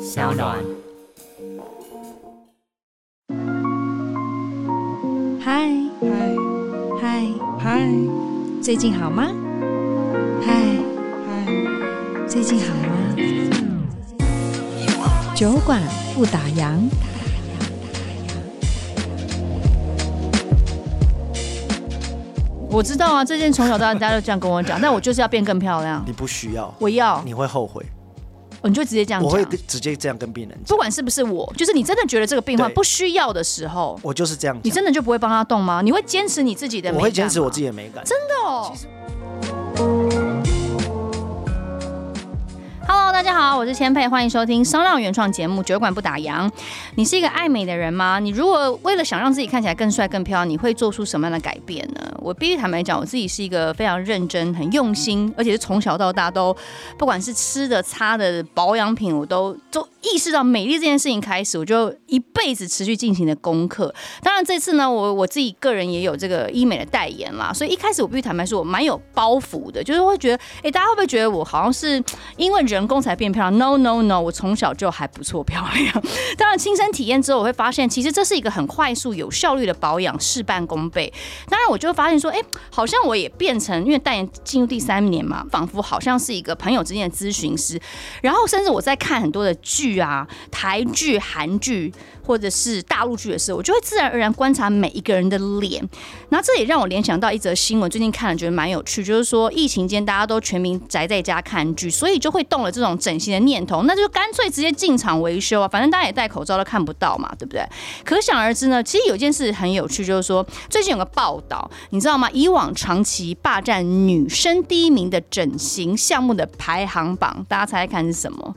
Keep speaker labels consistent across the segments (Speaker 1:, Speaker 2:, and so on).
Speaker 1: 小暖。
Speaker 2: 嗨
Speaker 3: 嗨
Speaker 2: 嗨，
Speaker 3: 嗨
Speaker 2: 最近好吗？嗨，
Speaker 3: 嗨，
Speaker 2: 最近好吗？酒馆不打烊。
Speaker 4: 我知道啊，这件从小到大大家都这样跟我讲，但我就是要变更漂亮，
Speaker 5: 你不需要，
Speaker 4: 我要，
Speaker 5: 你会后悔。
Speaker 4: 哦你就直接这样
Speaker 5: 我会
Speaker 4: 讲。
Speaker 5: 跟直接这样跟病人
Speaker 4: 不
Speaker 5: 讲，
Speaker 4: 管是不是我，就是你真的觉得这个病患
Speaker 5: 对
Speaker 4: 不需要的时候，
Speaker 5: 我就是这样讲。
Speaker 4: 你真的就不会帮他动吗？你会坚持你自己的美感吗？
Speaker 5: 我会坚持我自己的美感。
Speaker 4: 真的哦。Hello，大家好，我是千佩，欢迎收听声浪原创节目《酒馆不打烊》。你是一个爱美的人吗？你如果为了想让自己看起来更帅、更漂亮，你会做出什么样的改变呢？我必须坦白讲，我自己是一个非常认真、很用心，而且是从小到大都，不管是吃的、擦的、保养品，我都都意识到美丽这件事情开始，我就一辈子持续进行的功课。当然这次呢，我我自己个人也有这个医美的代言啦，所以一开始我必须坦白说，我蛮有包袱的，就是会觉得，哎、大家会不会觉得我好像是嘖因为人工才变漂亮？No No No，我从小就还不错漂亮。当然亲身体验之后，我会发现，其实这是一个很快速、有效率的保养，事半功倍。当然，我就会发现说，哎、好像我也变成，因为代言进入第三年嘛，仿佛好像是一个朋友之间的咨询师。然后，甚至我在看很多的剧啊，台剧、韩剧或者是大陆剧的时候，我就会自然而然观察每一个人的脸。然后这也让我联想到一则新闻，最近看了觉得蛮有趣，就是说疫情间大家都全民宅在家看剧，所以就会动了这种整形的念头，那就干脆直接进场维修啊，反正大家也戴口罩都看不到嘛，对不对？可想而知呢，其实有一件事很有趣，就是说最近有个报道，你知道吗？以往长期霸占女生第一名的整形项目的排行榜，大家猜猜看是什么？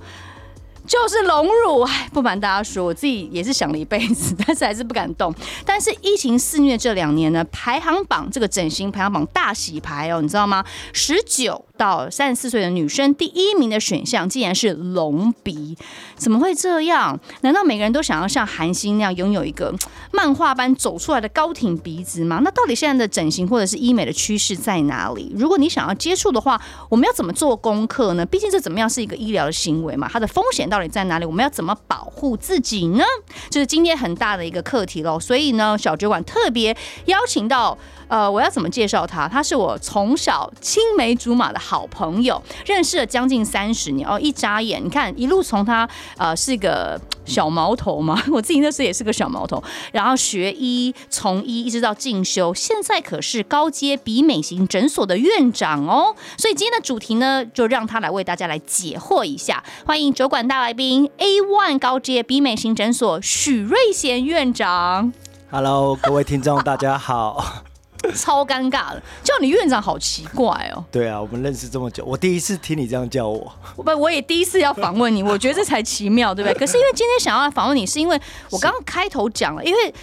Speaker 4: 就是隆乳，哎，不瞒大家说，我自己也是想了一辈子，但是还是不敢动。但是疫情肆虐这两年呢，排行榜这个整形排行榜大洗牌哦，你知道吗？十九到三十四岁的女生第一名的选项竟然是隆鼻，怎么会这样？难道每个人都想要像韩星那样拥有一个嘖漫画般走出来的高挺鼻子吗？那到底现在的整形或者是医美的趋势在哪里？如果你想要接触的话，我们要怎么做功课呢？毕竟这怎么样是一个医疗的行为嘛，它的风险到底在哪里？我们要怎么保护自己呢？这是今天很大的一个课题喽。所以呢，小酒馆特别邀请到，呃，我要怎么介绍他？他是我从小青梅竹马的好朋友，认识了将近三十年哦。一眨眼，你看一路从他呃是个小毛头嘛， 我自己那时候也是个小毛头，然后学医、从医一直到进修，现在可是高阶鼻美型诊所的院长哦。所以今天的主题呢，就让他来为大家来解惑一下。欢迎酒馆大来宾 A One 高阶鼻美型诊所许瑞贤院长，
Speaker 5: Hello，各位听众，大家好。
Speaker 4: 超尴尬的，叫你院长好奇怪哦。
Speaker 5: 对啊，我们认识这么久，我第一次听你这样叫我。
Speaker 4: 我 不，我也第一次要访 问你，我觉得这才奇妙，对不对？可是因为今天想要来访问你，是因为我刚刚开头讲了，因为。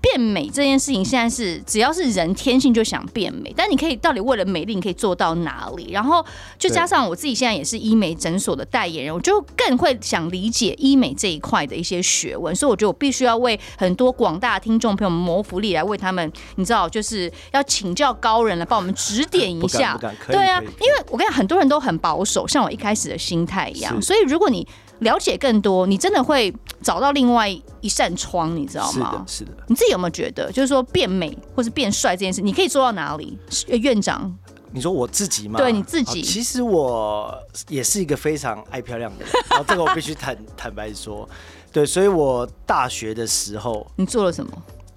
Speaker 4: 变美这件事情，现在是只要是人天性就想变美，但你可以到底为了美丽，你可以做到哪里？然后就加上我自己现在也是医美诊所的代言人，我就更会想理解医美这一块的一些学问，所以我觉得我必须要为很多广大的听众朋友们谋福利，来为他们，你知道，就是要请教高人来帮我们指点一
Speaker 5: 不敢
Speaker 4: 下。
Speaker 5: 不敢，可以。
Speaker 4: 对啊，
Speaker 5: 可以
Speaker 4: 因为我跟你讲，很多人都很保守，像我一开始的心态一样。
Speaker 5: 是
Speaker 4: 所以如果你了解更多，你真的会找到另外一扇窗，你知道
Speaker 5: 是
Speaker 4: 吗
Speaker 5: 的，？是的。
Speaker 4: 你自己有没有觉得，就是说变美或是变帅这件事，你可以做到哪里？呃院长，
Speaker 5: 你说我自己吗？
Speaker 4: 对你自己
Speaker 5: 哦其实我也是一个非常爱漂亮的 人，然后这个我必须坦坦白说，对，所以我大学的时候，
Speaker 4: 你做了什么？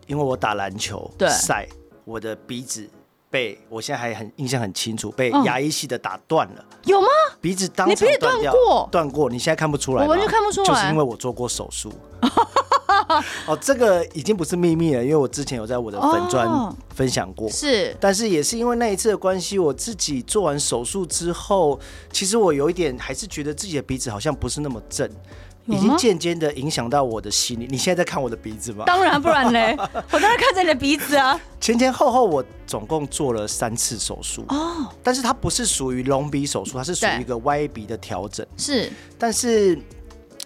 Speaker 5: 因为我打篮球，
Speaker 4: 对
Speaker 5: 晒我的鼻子被我现在还很印象很清楚，被
Speaker 4: 嗯
Speaker 5: 牙医系的打断了。
Speaker 4: 有吗？
Speaker 5: 鼻子当
Speaker 4: 你
Speaker 5: 场
Speaker 4: 鼻子
Speaker 5: 断
Speaker 4: 断
Speaker 5: 掉
Speaker 4: 过
Speaker 5: 断过，你现在看不出来吗，
Speaker 4: 我完全看不出来
Speaker 5: 就是因为我做过手术。 哦，这个已经不是秘密了，因为我之前有在我的粉
Speaker 4: 哦
Speaker 5: 砖分享过。
Speaker 4: 是
Speaker 5: 但是也是因为那一次的关系，我自己做完手术之后，其实我有一点还是觉得自己的鼻子好像不是那么正，
Speaker 4: 有
Speaker 5: 已
Speaker 4: 吗
Speaker 5: 经渐渐的影响到我的心理。你现在在看我的鼻子吗？
Speaker 4: 当然，不然 嘞，我当然看着你的鼻子啊。
Speaker 5: 前前后后我总共做了三次手术，
Speaker 4: 哦，
Speaker 5: 但是它不是属于隆鼻手术，它是属
Speaker 4: 对
Speaker 5: 于一个歪鼻的调整。
Speaker 4: 是
Speaker 5: 但是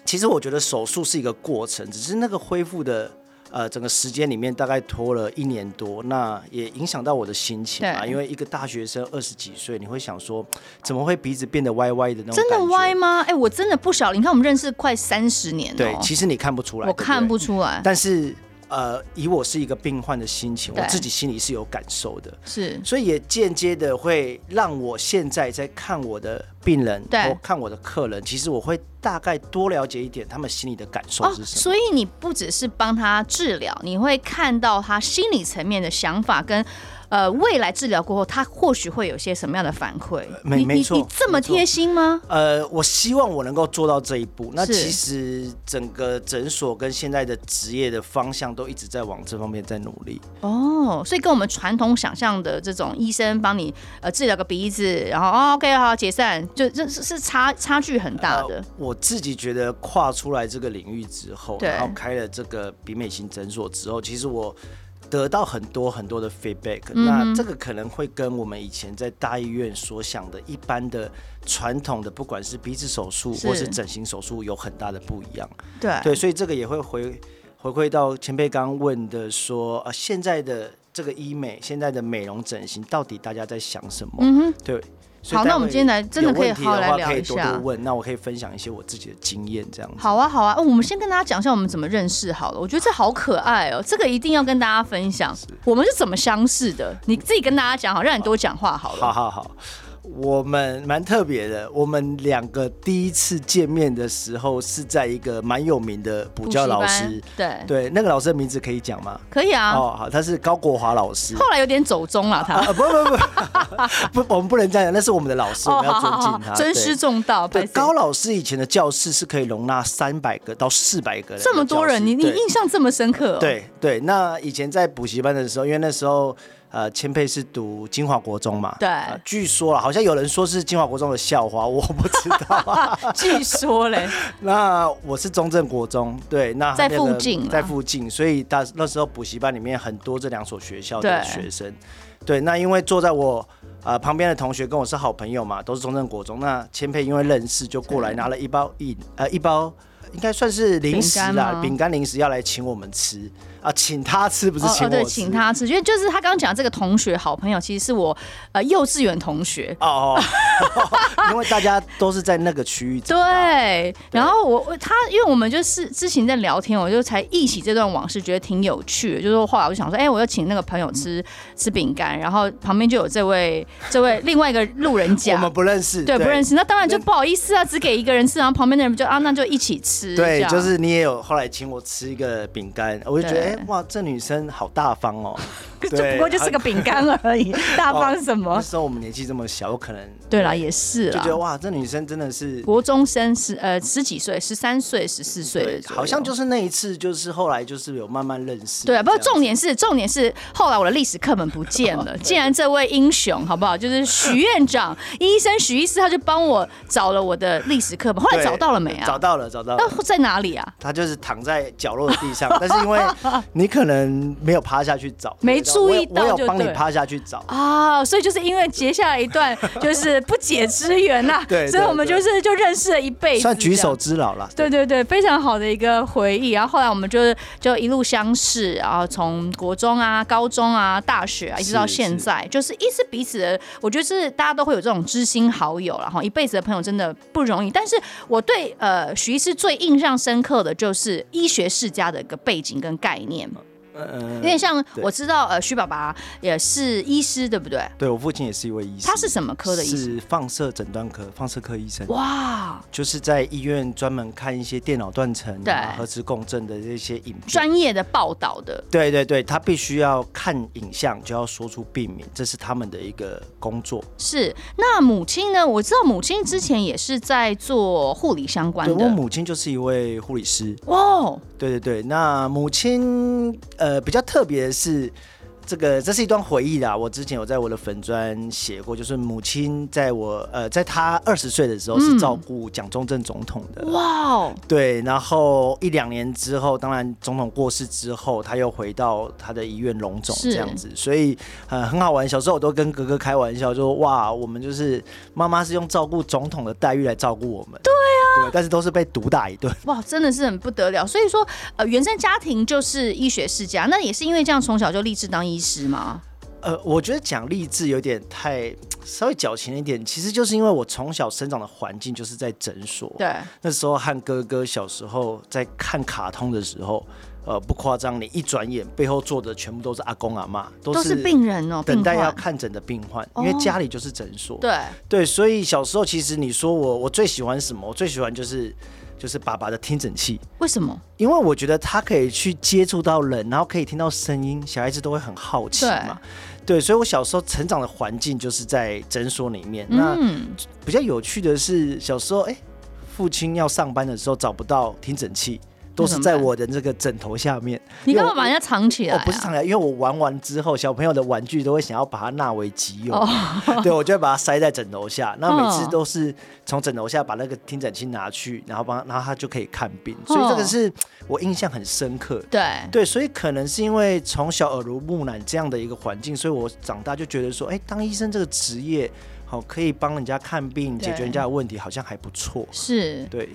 Speaker 5: 其实我觉得手术是一个过程，只是那个恢复的呃整个时间里面大概拖了一年多，那也影响到我的心情啊，
Speaker 4: 对
Speaker 5: 因为一个大学生二十几岁，你会想说怎么会鼻子变得歪歪的那种
Speaker 4: 真的
Speaker 5: 感觉
Speaker 4: 歪吗？哎、我真的不少。你看我们认识快三十年了、哦
Speaker 5: 对，其实你看不出来，
Speaker 4: 我
Speaker 5: 对对
Speaker 4: 看不出来，
Speaker 5: 但是呃，以我是一个病患的心情，我
Speaker 4: 对
Speaker 5: 自己心里是有感受的，
Speaker 4: 是
Speaker 5: 所以也间接的会让我现在在看我的病人，
Speaker 4: 对
Speaker 5: 或看我的客人，其实我会大概多了解一点他们心里的感受
Speaker 4: 哦，
Speaker 5: 是什么。
Speaker 4: 所以你不只是帮他治疗，你会看到他心理层面的想法跟。呃，未来治疗过后，他或许会有些什么样的反馈？
Speaker 5: 呃没
Speaker 4: 你
Speaker 5: 没
Speaker 4: 你
Speaker 5: 错
Speaker 4: 你这么
Speaker 5: 没错
Speaker 4: 贴心吗？
Speaker 5: 呃，我希望我能够做到这一步。那
Speaker 4: 是
Speaker 5: 其实整个诊所跟现在的职业的方向都一直在往这方面在努力。
Speaker 4: 哦，所以跟我们传统想象的这种医生帮你呃治疗个鼻子，然后哦 OK 好解散，就这是是差差距很大的
Speaker 5: 呃。我自己觉得跨出来这个领域之后，
Speaker 4: 对
Speaker 5: 然后开了这个比美型诊所之后，其实我。得到很多很多的 feedback，、那
Speaker 4: 嗯
Speaker 5: 这个可能会跟我们以前在大医院所想的一般的传统的，不管是鼻子手术
Speaker 4: 是
Speaker 5: 或是整形手术，有很大的不一样。
Speaker 4: 对
Speaker 5: 对，所以这个也会回回馈到前辈刚刚问的说，呃，现在的这个医美，现在的美容整形，到底大家在想什么？嗯对。所以
Speaker 4: 好
Speaker 5: 待
Speaker 4: 那我们
Speaker 5: 会
Speaker 4: 今天来真的
Speaker 5: 有
Speaker 4: 可以
Speaker 5: 问题
Speaker 4: 好好
Speaker 5: 的
Speaker 4: 来
Speaker 5: 话
Speaker 4: 聊
Speaker 5: 可
Speaker 4: 一
Speaker 5: 以多
Speaker 4: 下
Speaker 5: 多问，那我可以分享一些我自己的经验，这样子。
Speaker 4: 好啊，好啊、哦我们先跟大家讲一下我们怎么认识好了。我觉得这好可爱哦，这个一定要跟大家分享。我们是怎么相识的？你自己跟大家讲好，让你多讲话好了。
Speaker 5: 好好好，我们蛮特别的。我们两个第一次见面的时候是在一个蛮有名的补
Speaker 4: 补
Speaker 5: 教
Speaker 4: 习
Speaker 5: 老
Speaker 4: 班
Speaker 5: 师，
Speaker 4: 对，
Speaker 5: 对，那个老师的名字可以讲吗？
Speaker 4: 可以啊。
Speaker 5: 哦，好，他是高国华 老师。
Speaker 4: 后来有点走中了，他
Speaker 5: 啊不不不不，我们不能这样讲，那是我们的老师，我们要尊敬他。
Speaker 4: 尊
Speaker 5: 对
Speaker 4: 师重道，
Speaker 5: 对
Speaker 4: 拜，
Speaker 5: 高
Speaker 4: 了
Speaker 5: 老师以前的教室是可以容纳三百个到四百个人的教室，
Speaker 4: 这么多人，你你
Speaker 5: 对
Speaker 4: 印象这么深刻、哦？，
Speaker 5: 对对。那以前在补习班的时候，因为那时候呃，千佩是读金华国中嘛，
Speaker 4: 对
Speaker 5: 呃据说了，好像有人说是金华国中的校花，我不知道。啊
Speaker 4: 据说 嘞，
Speaker 5: 那我是中正国中，对，那
Speaker 4: 在
Speaker 5: 那个
Speaker 4: 附近啦
Speaker 5: 在附近，所以大那时候补习班里面很多这两所学校的
Speaker 4: 对
Speaker 5: 学生，对，那因为坐在我呃旁边的同学跟我是好朋友嘛，都是中正国中，那千佩因为认识就过来拿了一包饮呃一包。应该算是零食
Speaker 4: 饼干吗
Speaker 5: 啦，饼干零食要来请我们吃啊，请他吃不是
Speaker 4: 哦
Speaker 5: 请
Speaker 4: 哦，
Speaker 5: 我吃。
Speaker 4: 对，请他吃，因为就是他刚刚讲这个同学好朋友，其实是我呃幼稚园同学。
Speaker 5: 哦，哦因为大家都是在那个区域长大。
Speaker 4: 对，然后我我他，因为我们就是之前在聊天，我就才忆起这段往事，觉得挺有趣的。就是后来我就想说，哎、我要请那个朋友吃吃饼干，然后旁边就有这位这位另外一个路人
Speaker 5: 我
Speaker 4: 甲，
Speaker 5: 们不认识，
Speaker 4: 对，不认
Speaker 5: 识。
Speaker 4: 识，那当然就不好意思啊，只给一个人吃，然后旁边的人就啊，那就一起吃，这
Speaker 5: 对，
Speaker 4: 样
Speaker 5: 就是你也有后来请我吃一个饼干，我就觉得
Speaker 4: 对
Speaker 5: 哎、哇，这女生好大方 哦。
Speaker 4: 就不过就是个饼干而 已，大方什
Speaker 5: 那
Speaker 4: 么？
Speaker 5: 时候我们年纪这么小，我可能
Speaker 4: 对啊啦，也是
Speaker 5: 就觉得
Speaker 4: 啦。
Speaker 5: 哇，这女生真的是
Speaker 4: 国中生十呃十几岁，十三岁、十四岁的左右，
Speaker 5: 好像就是那一次，就是后来就是有慢慢认识。
Speaker 4: 对啊，不过
Speaker 5: 这样
Speaker 4: 重点是，重点是后来我的历史课本不见 了。既然这位英雄好不好，就是许院长、医生许医师，他就帮我找了我的历史课本。后来
Speaker 5: 对
Speaker 4: 找到了没
Speaker 5: 找
Speaker 4: 啊？
Speaker 5: 到了，找到了。
Speaker 4: 那在哪里啊？
Speaker 5: 她就是躺在角落的地 上，但是因为你可能没有趴下去找，
Speaker 4: 没
Speaker 5: 对
Speaker 4: 注意到
Speaker 5: 我有我
Speaker 4: 就
Speaker 5: 有帮你
Speaker 4: 对
Speaker 5: 趴下去找。
Speaker 4: 啊，所以就是因为结下了一段就是不解之缘呐、
Speaker 5: 对对
Speaker 4: 所以我们
Speaker 5: 对
Speaker 4: 就是就认识了一辈子，
Speaker 5: 算举手。之劳啦。
Speaker 4: 对对对，非常好的一个回忆。然后后来我们就是就一路相识，然后从国中啊、高中啊、大学啊，一直
Speaker 5: 是
Speaker 4: 到现在，就是一直彼此的，我觉得是大家都会有这种知心好友啦，然后一辈子的朋友真的不容易。但是我对呃徐医师最印象深刻的就是医学世家的一个背景跟概念，
Speaker 5: 嗯
Speaker 4: 因为像
Speaker 5: 对
Speaker 4: 我知道呃徐爸爸也是医师，对不对？
Speaker 5: 对我父亲也是一位医生，
Speaker 4: 他是什么科的医生？
Speaker 5: 是放射诊断科，放射科医生。
Speaker 4: 哇，
Speaker 5: 就是在医院专门看一些电脑断层、啊、
Speaker 4: 对
Speaker 5: 核磁共振的这些影片。
Speaker 4: 专业的报道的，
Speaker 5: 对对对，他必须要看影像就要说出病名，这是他们的一个工作。
Speaker 4: 是。那母亲呢？我知道母亲之前也是在做护理相关
Speaker 5: 对我
Speaker 4: 的。
Speaker 5: 母亲就是一位护理师，
Speaker 4: 哦，
Speaker 5: 对对对。那母亲呃比较特别的是，这个这是一段回忆啦。我之前有在我的粉砖写过，就是母亲在我呃在她二十岁的时候是照顾蒋中正总统的。
Speaker 4: 嗯哇哦，
Speaker 5: 对，然后一两年之后，当然总统过世之后，他又回到他的医院龙总
Speaker 4: 是
Speaker 5: 这样子，所以呃很好玩。小时候我都跟哥哥开玩笑，就说哇，我们就是妈妈是用照顾总统的待遇来照顾我们。对啊，对，但是都是被毒打一顿。
Speaker 4: 哇，真的是很不得了。所以说，呃，原生家庭就是医学世家，那也是因为这样从小就立志当医师嘛。
Speaker 5: 呃，我觉得讲励志有点太稍微矫情一点，其实就是因为我从小生长的环境就是在诊所，
Speaker 4: 对，
Speaker 5: 那时候和哥哥小时候在看卡通的时候，呃，不夸张，你一转眼背后坐的全部都是阿公阿妈，都
Speaker 4: 都是病人哦，
Speaker 5: 等
Speaker 4: 病
Speaker 5: 待要
Speaker 4: 患。
Speaker 5: 看诊的病患，
Speaker 4: 哦
Speaker 5: 因为家里就是诊所。
Speaker 4: 对，
Speaker 5: 对，所以小时候其实你说我我最喜欢什么？我最喜欢就是就是爸爸的听诊器，
Speaker 4: 为什么？
Speaker 5: 因为我觉得他可以去接触到人，然后可以听到声音，小孩子都会很好奇嘛。对，所以我小时候成长的环境就是在诊所里面。那
Speaker 4: 嗯，
Speaker 5: 比较有趣的是，小时候哎、父亲要上班的时候找不到听诊器，都
Speaker 4: 那
Speaker 5: 是
Speaker 4: 怎么
Speaker 5: 在
Speaker 4: 办
Speaker 5: 我的这个枕头下面。
Speaker 4: 你
Speaker 5: 因为
Speaker 4: 干嘛
Speaker 5: 我
Speaker 4: 把人家藏起来、
Speaker 5: 我
Speaker 4: 啊？
Speaker 5: 哦不是藏起来，因为我玩完之后，小朋友的玩具都会想要把它纳为己有，
Speaker 4: 哦
Speaker 5: 对我就会把它塞在枕头下。那每次
Speaker 4: 嗯
Speaker 5: 都是从枕头下把那个听诊器拿去，然后帮，然后他就可以看病。所以这个
Speaker 4: 哦
Speaker 5: 是我印象很深刻。
Speaker 4: 对，
Speaker 5: 对，所以可能是因为从小耳濡目染这样的一个环境，所以我长大就觉得说，哎，当医生这个职业，好可以帮人家看病、解决
Speaker 4: 对
Speaker 5: 人家的问题，好像还不错。
Speaker 4: 是。
Speaker 5: 对，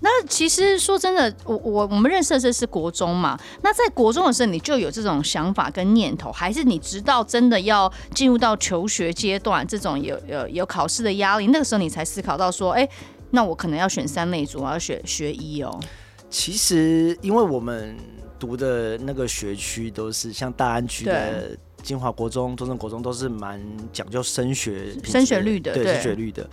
Speaker 4: 那其实说真的，我我我们认识的这是国中嘛。那在国中的时候，你就有这种想法跟念头，还是你直到真的要进入到求学阶段，这种有有有考试的压力，那个时候你才思考到说，哎、那我可能要选三类组，我要学学医哦。
Speaker 5: 其实因为我们读的那个学区都是像大安区的金华国中、中正国中，都是蛮讲究升学品质
Speaker 4: 升学率的
Speaker 5: 对
Speaker 4: 对
Speaker 5: 升学率的。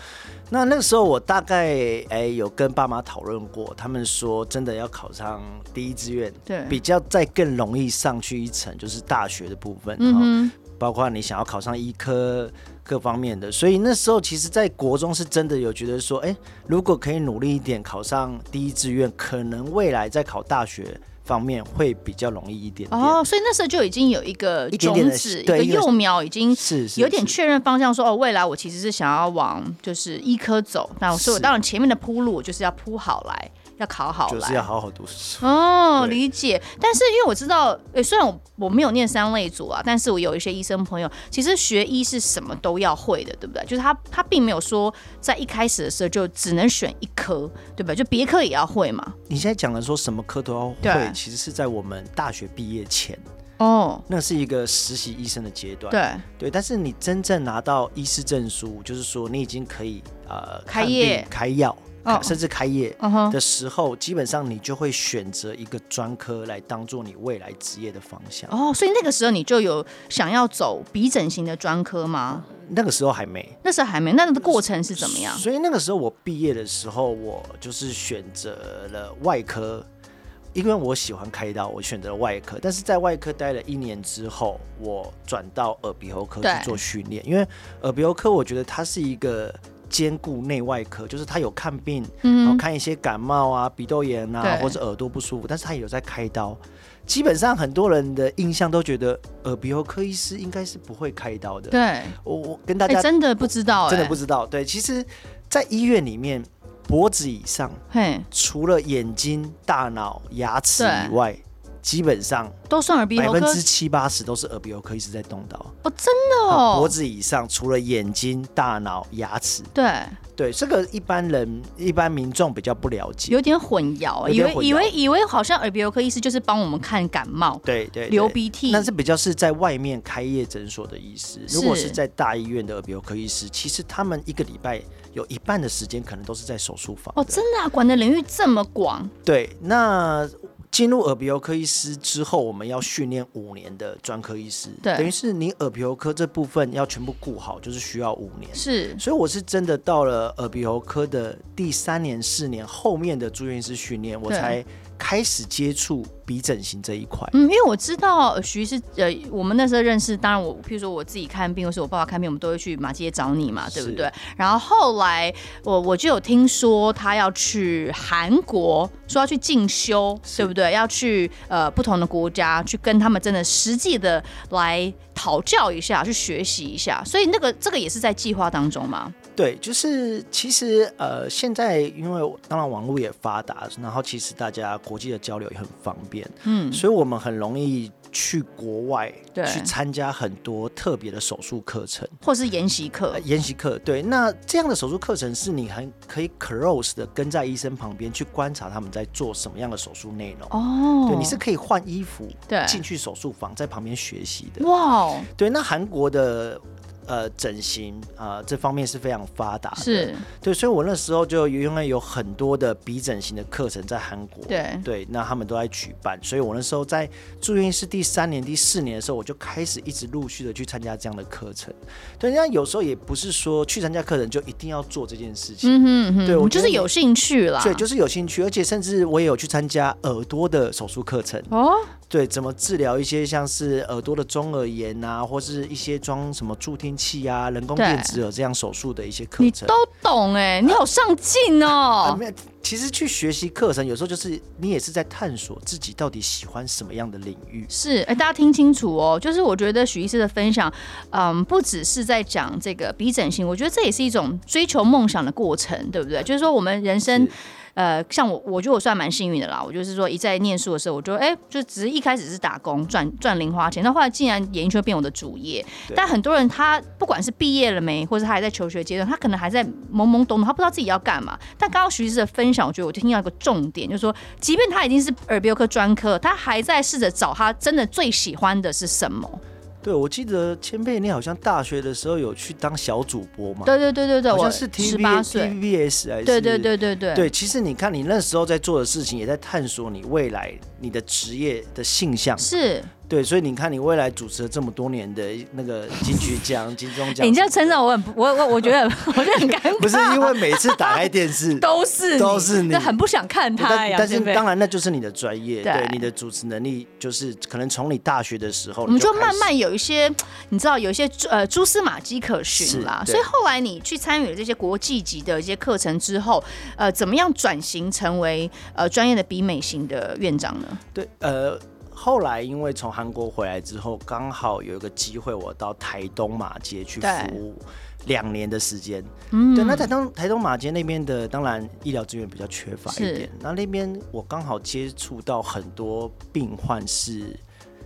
Speaker 5: 那那个时候我大概哎、有跟爸妈讨论过，他们说真的要考上第一志愿，
Speaker 4: 对
Speaker 5: 比较再更容易上去一层，就是大学的部分，
Speaker 4: 嗯
Speaker 5: 嗯、
Speaker 4: 哼，
Speaker 5: 包括你想要考上医科各方面的。所以那时候其实，在国中是真的有觉得说，哎、如果可以努力一点，考上第一志愿，可能未来在考大学方面会比较容易一点点。
Speaker 4: 哦，所以那时候就已经有一个
Speaker 5: 一
Speaker 4: 种
Speaker 5: 点点的
Speaker 4: 子，一
Speaker 5: 对
Speaker 4: 个
Speaker 5: 一个
Speaker 4: 幼苗已经
Speaker 5: 是是
Speaker 4: 有点
Speaker 5: 是
Speaker 4: 确认方向说，哦，未来我其实是想要往就是医科走，那我所以我
Speaker 5: 是
Speaker 4: 当然前面的铺路我就是要铺好来，要考好来，
Speaker 5: 就是要好好读书。
Speaker 4: 哦，
Speaker 5: 对
Speaker 4: 理解。但是因为我知道，诶，虽然我我没有念三类组啊，但是我有一些医生朋友，其实学医是什么都要会的，对不对？就是他他并没有说在一开始的时候就只能选一科，对不对？就别科也要会嘛。
Speaker 5: 你现在讲的说什么科都要
Speaker 4: 对
Speaker 5: 会，其实是在我们大学毕业前，
Speaker 4: 哦，
Speaker 5: 那是一个实习医生的阶段。
Speaker 4: 对，
Speaker 5: 对，但是你真正拿到医师证书，就是说你已经可以呃
Speaker 4: 开
Speaker 5: 看病
Speaker 4: 业
Speaker 5: 开药，
Speaker 4: 哦
Speaker 5: 甚至开业
Speaker 4: 嗯哼，
Speaker 5: 的时候，基本上你就会选择一个专科来当做你未来职业的方向。
Speaker 4: 哦，所以那个时候你就有想要走鼻整形的专科吗？
Speaker 5: 那个时候还没
Speaker 4: 那时候还没，那那个过程是怎么样？
Speaker 5: 所以那个时候我毕业的时候，我就是选择了外科，因为我喜欢开刀，我选择了外科。但是在外科待了一年之后，我转到耳鼻喉科去
Speaker 4: 对
Speaker 5: 做训练，因为耳鼻喉科我觉得它是一个。兼顾内外科，就是它有看病，然后看一些感冒啊、鼻窦炎啊，
Speaker 4: 嗯对
Speaker 5: 或者耳朵不舒服，但是它也有在开刀。基本上很多人的印象都觉得耳鼻喉科医师应该是不会开刀的。
Speaker 4: 对，哎、
Speaker 5: 我我跟大家
Speaker 4: 真的不知道、哎，
Speaker 5: 真的不，知道。对，其实，在医院里面，脖子以上
Speaker 4: 嘿，
Speaker 5: 除了眼睛、大脑、牙齿
Speaker 4: 对
Speaker 5: 以外，基本上
Speaker 4: 都算耳鼻
Speaker 5: 百
Speaker 4: 喉
Speaker 5: 分
Speaker 4: 科
Speaker 5: 之七八十都是耳鼻喉科医师在动刀。
Speaker 4: 哦，真的
Speaker 5: 好啊脖
Speaker 4: 哦，
Speaker 5: 子以上除了眼睛、大脑、牙齿，
Speaker 4: 对。
Speaker 5: 对这个一般人、一般民众比较不了解。
Speaker 4: 有点混淆，
Speaker 5: 有
Speaker 4: 以
Speaker 5: 点
Speaker 4: 为
Speaker 5: 混淆
Speaker 4: 以为以为好像耳鼻喉科医师就是帮我们看感冒、
Speaker 5: 对对，对
Speaker 4: 流鼻涕，
Speaker 5: 那是比较是在外面开业诊所的医师。如果
Speaker 4: 是
Speaker 5: 是在大医院的耳鼻喉科医师，其实他们一个礼拜有一半的时间可能都是在手术房
Speaker 4: 哦，
Speaker 5: 的
Speaker 4: 真的、啊、管的领域这么广，
Speaker 5: 对，那进入耳鼻喉科医师之后，我们要训练五年的专科医师，
Speaker 4: 对
Speaker 5: 等于是你耳鼻喉科这部分要全部顾好，就是需要五年。
Speaker 4: 是
Speaker 5: 所以我是真的到了耳鼻喉科的第三年、四年后面的住院医师训练，我
Speaker 4: 对
Speaker 5: 才开始接触鼻整形这一块。
Speaker 4: 嗯，因为我知道呃徐是呃，我们那时候认识，当然我譬如说我自己看病，或是我爸爸看病，我们都会去马街找你嘛，对不
Speaker 5: 是
Speaker 4: 对？然后后来我我就有听说他要去韩国，说要去进修，对不对？要去呃不同的国家去跟他们真的实际的来讨教一下，去学习一下，所以那个这个也是在计划当中嘛。
Speaker 5: 对，就是其实呃，现在因为当然网络也发达，然后其实大家国际的交流也很方便，
Speaker 4: 嗯，
Speaker 5: 所以我们很容易去国外
Speaker 4: 对
Speaker 5: 去参加很多特别的手术课程、
Speaker 4: 或是研习课
Speaker 5: 呃，研习课。对，那这样的手术课程是你很可以 close 的跟在医生旁边去观察他们在做什么样的手术内容。
Speaker 4: 哦，
Speaker 5: 对，你是可以换衣服
Speaker 4: 对
Speaker 5: 进去手术房，在旁边学习的。
Speaker 4: 哇哦，
Speaker 5: 对，那韩国的呃整形啊、呃这方面是非常发达的，
Speaker 4: 是
Speaker 5: 对，所以我那时候就因为有很多的鼻整形的课程在韩国，
Speaker 4: 对
Speaker 5: 那他们都在举办，所以我那时候在住院医师第三年、第四年的时候，我就开始一直陆续的去参加这样的课程。对，那有时候也不是说去参加课程就一定要做这件事情。
Speaker 4: 嗯哼嗯哼，
Speaker 5: 对我觉
Speaker 4: 就
Speaker 5: 得
Speaker 4: 是有兴趣啦，
Speaker 5: 对，就是有兴趣，而且甚至我也有去参加耳朵的手术课程。
Speaker 4: 哦，
Speaker 5: 对，怎么治疗一些像是耳朵的中耳炎啊，或是一些装什么助听器啊、人工
Speaker 4: 对
Speaker 5: 电子耳这样手术的一些课
Speaker 4: 你
Speaker 5: 程。
Speaker 4: 都懂哎、你好上进
Speaker 5: 啊，
Speaker 4: 哦、
Speaker 5: 没有，其实去学习课程，有时候就是你也是在探索自己到底喜欢什么样的领域。
Speaker 4: 是，哎、大家听清楚哦，就是我觉得许医师的分享，嗯，不只是在讲这个鼻整形，我觉得这也是一种追求梦想的过程，对不对？就是说我们人生
Speaker 5: 是。
Speaker 4: 呃，像我，我觉得我算蛮幸运的啦。我就是说，一在念书的时候，我就哎、就只是一开始是打工赚赚零花钱，但后来竟然演艺圈变我的主业。
Speaker 5: 对
Speaker 4: 但很多人他不管是毕业了没，或者他还在求学阶段，他可能还在懵懵懂懂，他不知道自己要干嘛。但刚刚徐医师的分享，我觉得我就听到一个重点，就是说，即便他已经是耳鼻喉科专科，他还在试着找他真的最喜欢的是什么。
Speaker 5: 对，我记得千贝，你好像大学的时候有去当小主播嘛？，
Speaker 4: 对对对对对，
Speaker 5: 好
Speaker 4: 我
Speaker 5: 像是 T
Speaker 4: 十
Speaker 5: V
Speaker 4: 八
Speaker 5: T
Speaker 4: 岁，
Speaker 5: V S 还是？
Speaker 4: 对对对对对
Speaker 5: 对。其实你看，你那时候在做的事情，也在探索你未来你的职业的性向。
Speaker 4: 是，
Speaker 5: 对，所以你看，你未来主持了这么多年的那个金曲奖、金钟
Speaker 4: 哎
Speaker 5: 奖，
Speaker 4: 你这样称赞我很不，我我我觉得 很我觉得很尴尬，
Speaker 5: 不是因为每次打开电 视
Speaker 4: 都是你
Speaker 5: 都是你
Speaker 4: 那很不想看他
Speaker 5: 但
Speaker 4: 哎呀，
Speaker 5: 但
Speaker 4: 对
Speaker 5: 是
Speaker 4: 不对
Speaker 5: 当然，那就是你的专业，
Speaker 4: 对
Speaker 5: 对你的主持能力，就是可能从你大学的时候，
Speaker 4: 我们
Speaker 5: 你
Speaker 4: 就
Speaker 5: 开
Speaker 4: 慢
Speaker 5: 始
Speaker 4: 慢有一些，你知道有一些呃蛛丝马迹可循啦。
Speaker 5: 是
Speaker 4: 所
Speaker 5: 对
Speaker 4: 以后来你去参与了这些国际级的一些课程之后，呃，怎么样转型成为呃专业的比美型的院长呢？
Speaker 5: 对呃。后来因为从韩国回来之后，刚好有一个机会，我到台东马街去
Speaker 4: 对
Speaker 5: 服务两年的时间。
Speaker 4: 嗯
Speaker 5: 对，那台东台东马街那边的，当然医疗资源比较缺乏
Speaker 4: 是
Speaker 5: 一点。那那边我刚好接触到很多病患是。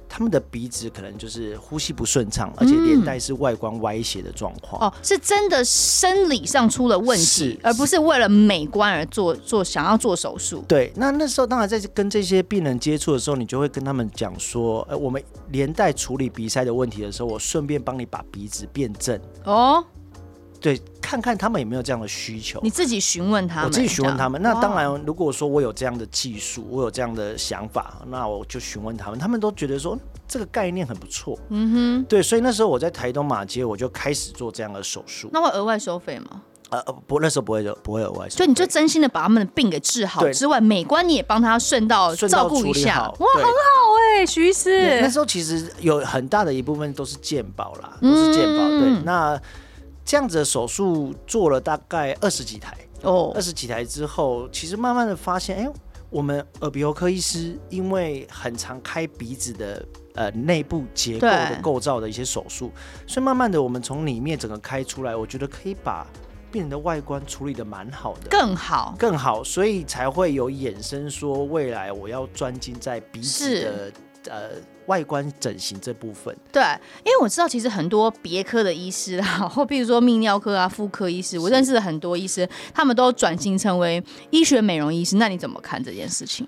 Speaker 5: 他们的鼻子可能就是呼吸不顺畅，
Speaker 4: 嗯
Speaker 5: 而且连带是外观歪斜的状况。
Speaker 4: 哦，是真的生理上出了问题
Speaker 5: 是，
Speaker 4: 而不是为了美观而做做想要做手术。
Speaker 5: 对，那那时候当然在跟这些病人接触的时候，你就会跟他们讲说，呃，我们连带处理鼻塞的问题的时候，我顺便帮你把鼻子变正，
Speaker 4: 哦，
Speaker 5: 对，看看他们有没有这样的需求
Speaker 4: 你。自己询问他们，
Speaker 5: 我自己询问他们，
Speaker 4: 这
Speaker 5: 那
Speaker 4: 样
Speaker 5: 当，然，如果说我有这样的技术，我有这样的想法，那我就询问他们，他们都觉得说嗯这个概念很不错，嗯哼，对，所以那时候我在台东马街，我就开始做这样的手术，
Speaker 4: 哦那会额外收费吗？
Speaker 5: 呃，呃不，那时候不会有，不会有外伤，
Speaker 4: 所以你就真心的把他们的病给治好
Speaker 5: 对
Speaker 4: 之外，美观你也帮他顺道
Speaker 5: 顺
Speaker 4: 照
Speaker 5: 道
Speaker 4: 顾
Speaker 5: 处
Speaker 4: 一
Speaker 5: 理
Speaker 4: 下，哇，
Speaker 5: 好
Speaker 4: 很
Speaker 5: 对
Speaker 4: 好哎、徐医
Speaker 5: 对那
Speaker 4: 师，
Speaker 5: 时候其实有很大的一部分都是健保啦，都是健
Speaker 4: 嗯
Speaker 5: 保。对，那这样子的手术做了大概二十几台，
Speaker 4: 哦
Speaker 5: 二，十几台之后，其实慢慢的发现，哎、我们耳鼻喉科医师因为很常开鼻子的呃内部结构的
Speaker 4: 对
Speaker 5: 构造的一些手术，所以慢慢的我们从里面整个开出来，我觉得可以把病人的外观处理的蛮好的。
Speaker 4: 更好，
Speaker 5: 更好，所以才会有衍生说未来我要专精在鼻子
Speaker 4: 是
Speaker 5: 的呃外观整形这部分。
Speaker 4: 对，因为我知道其实很多别科的医师啊， 或比如说泌尿科啊、妇科医师，我认识的很多医师，他们都转型成为医学美容医师，那你怎么看这件事情？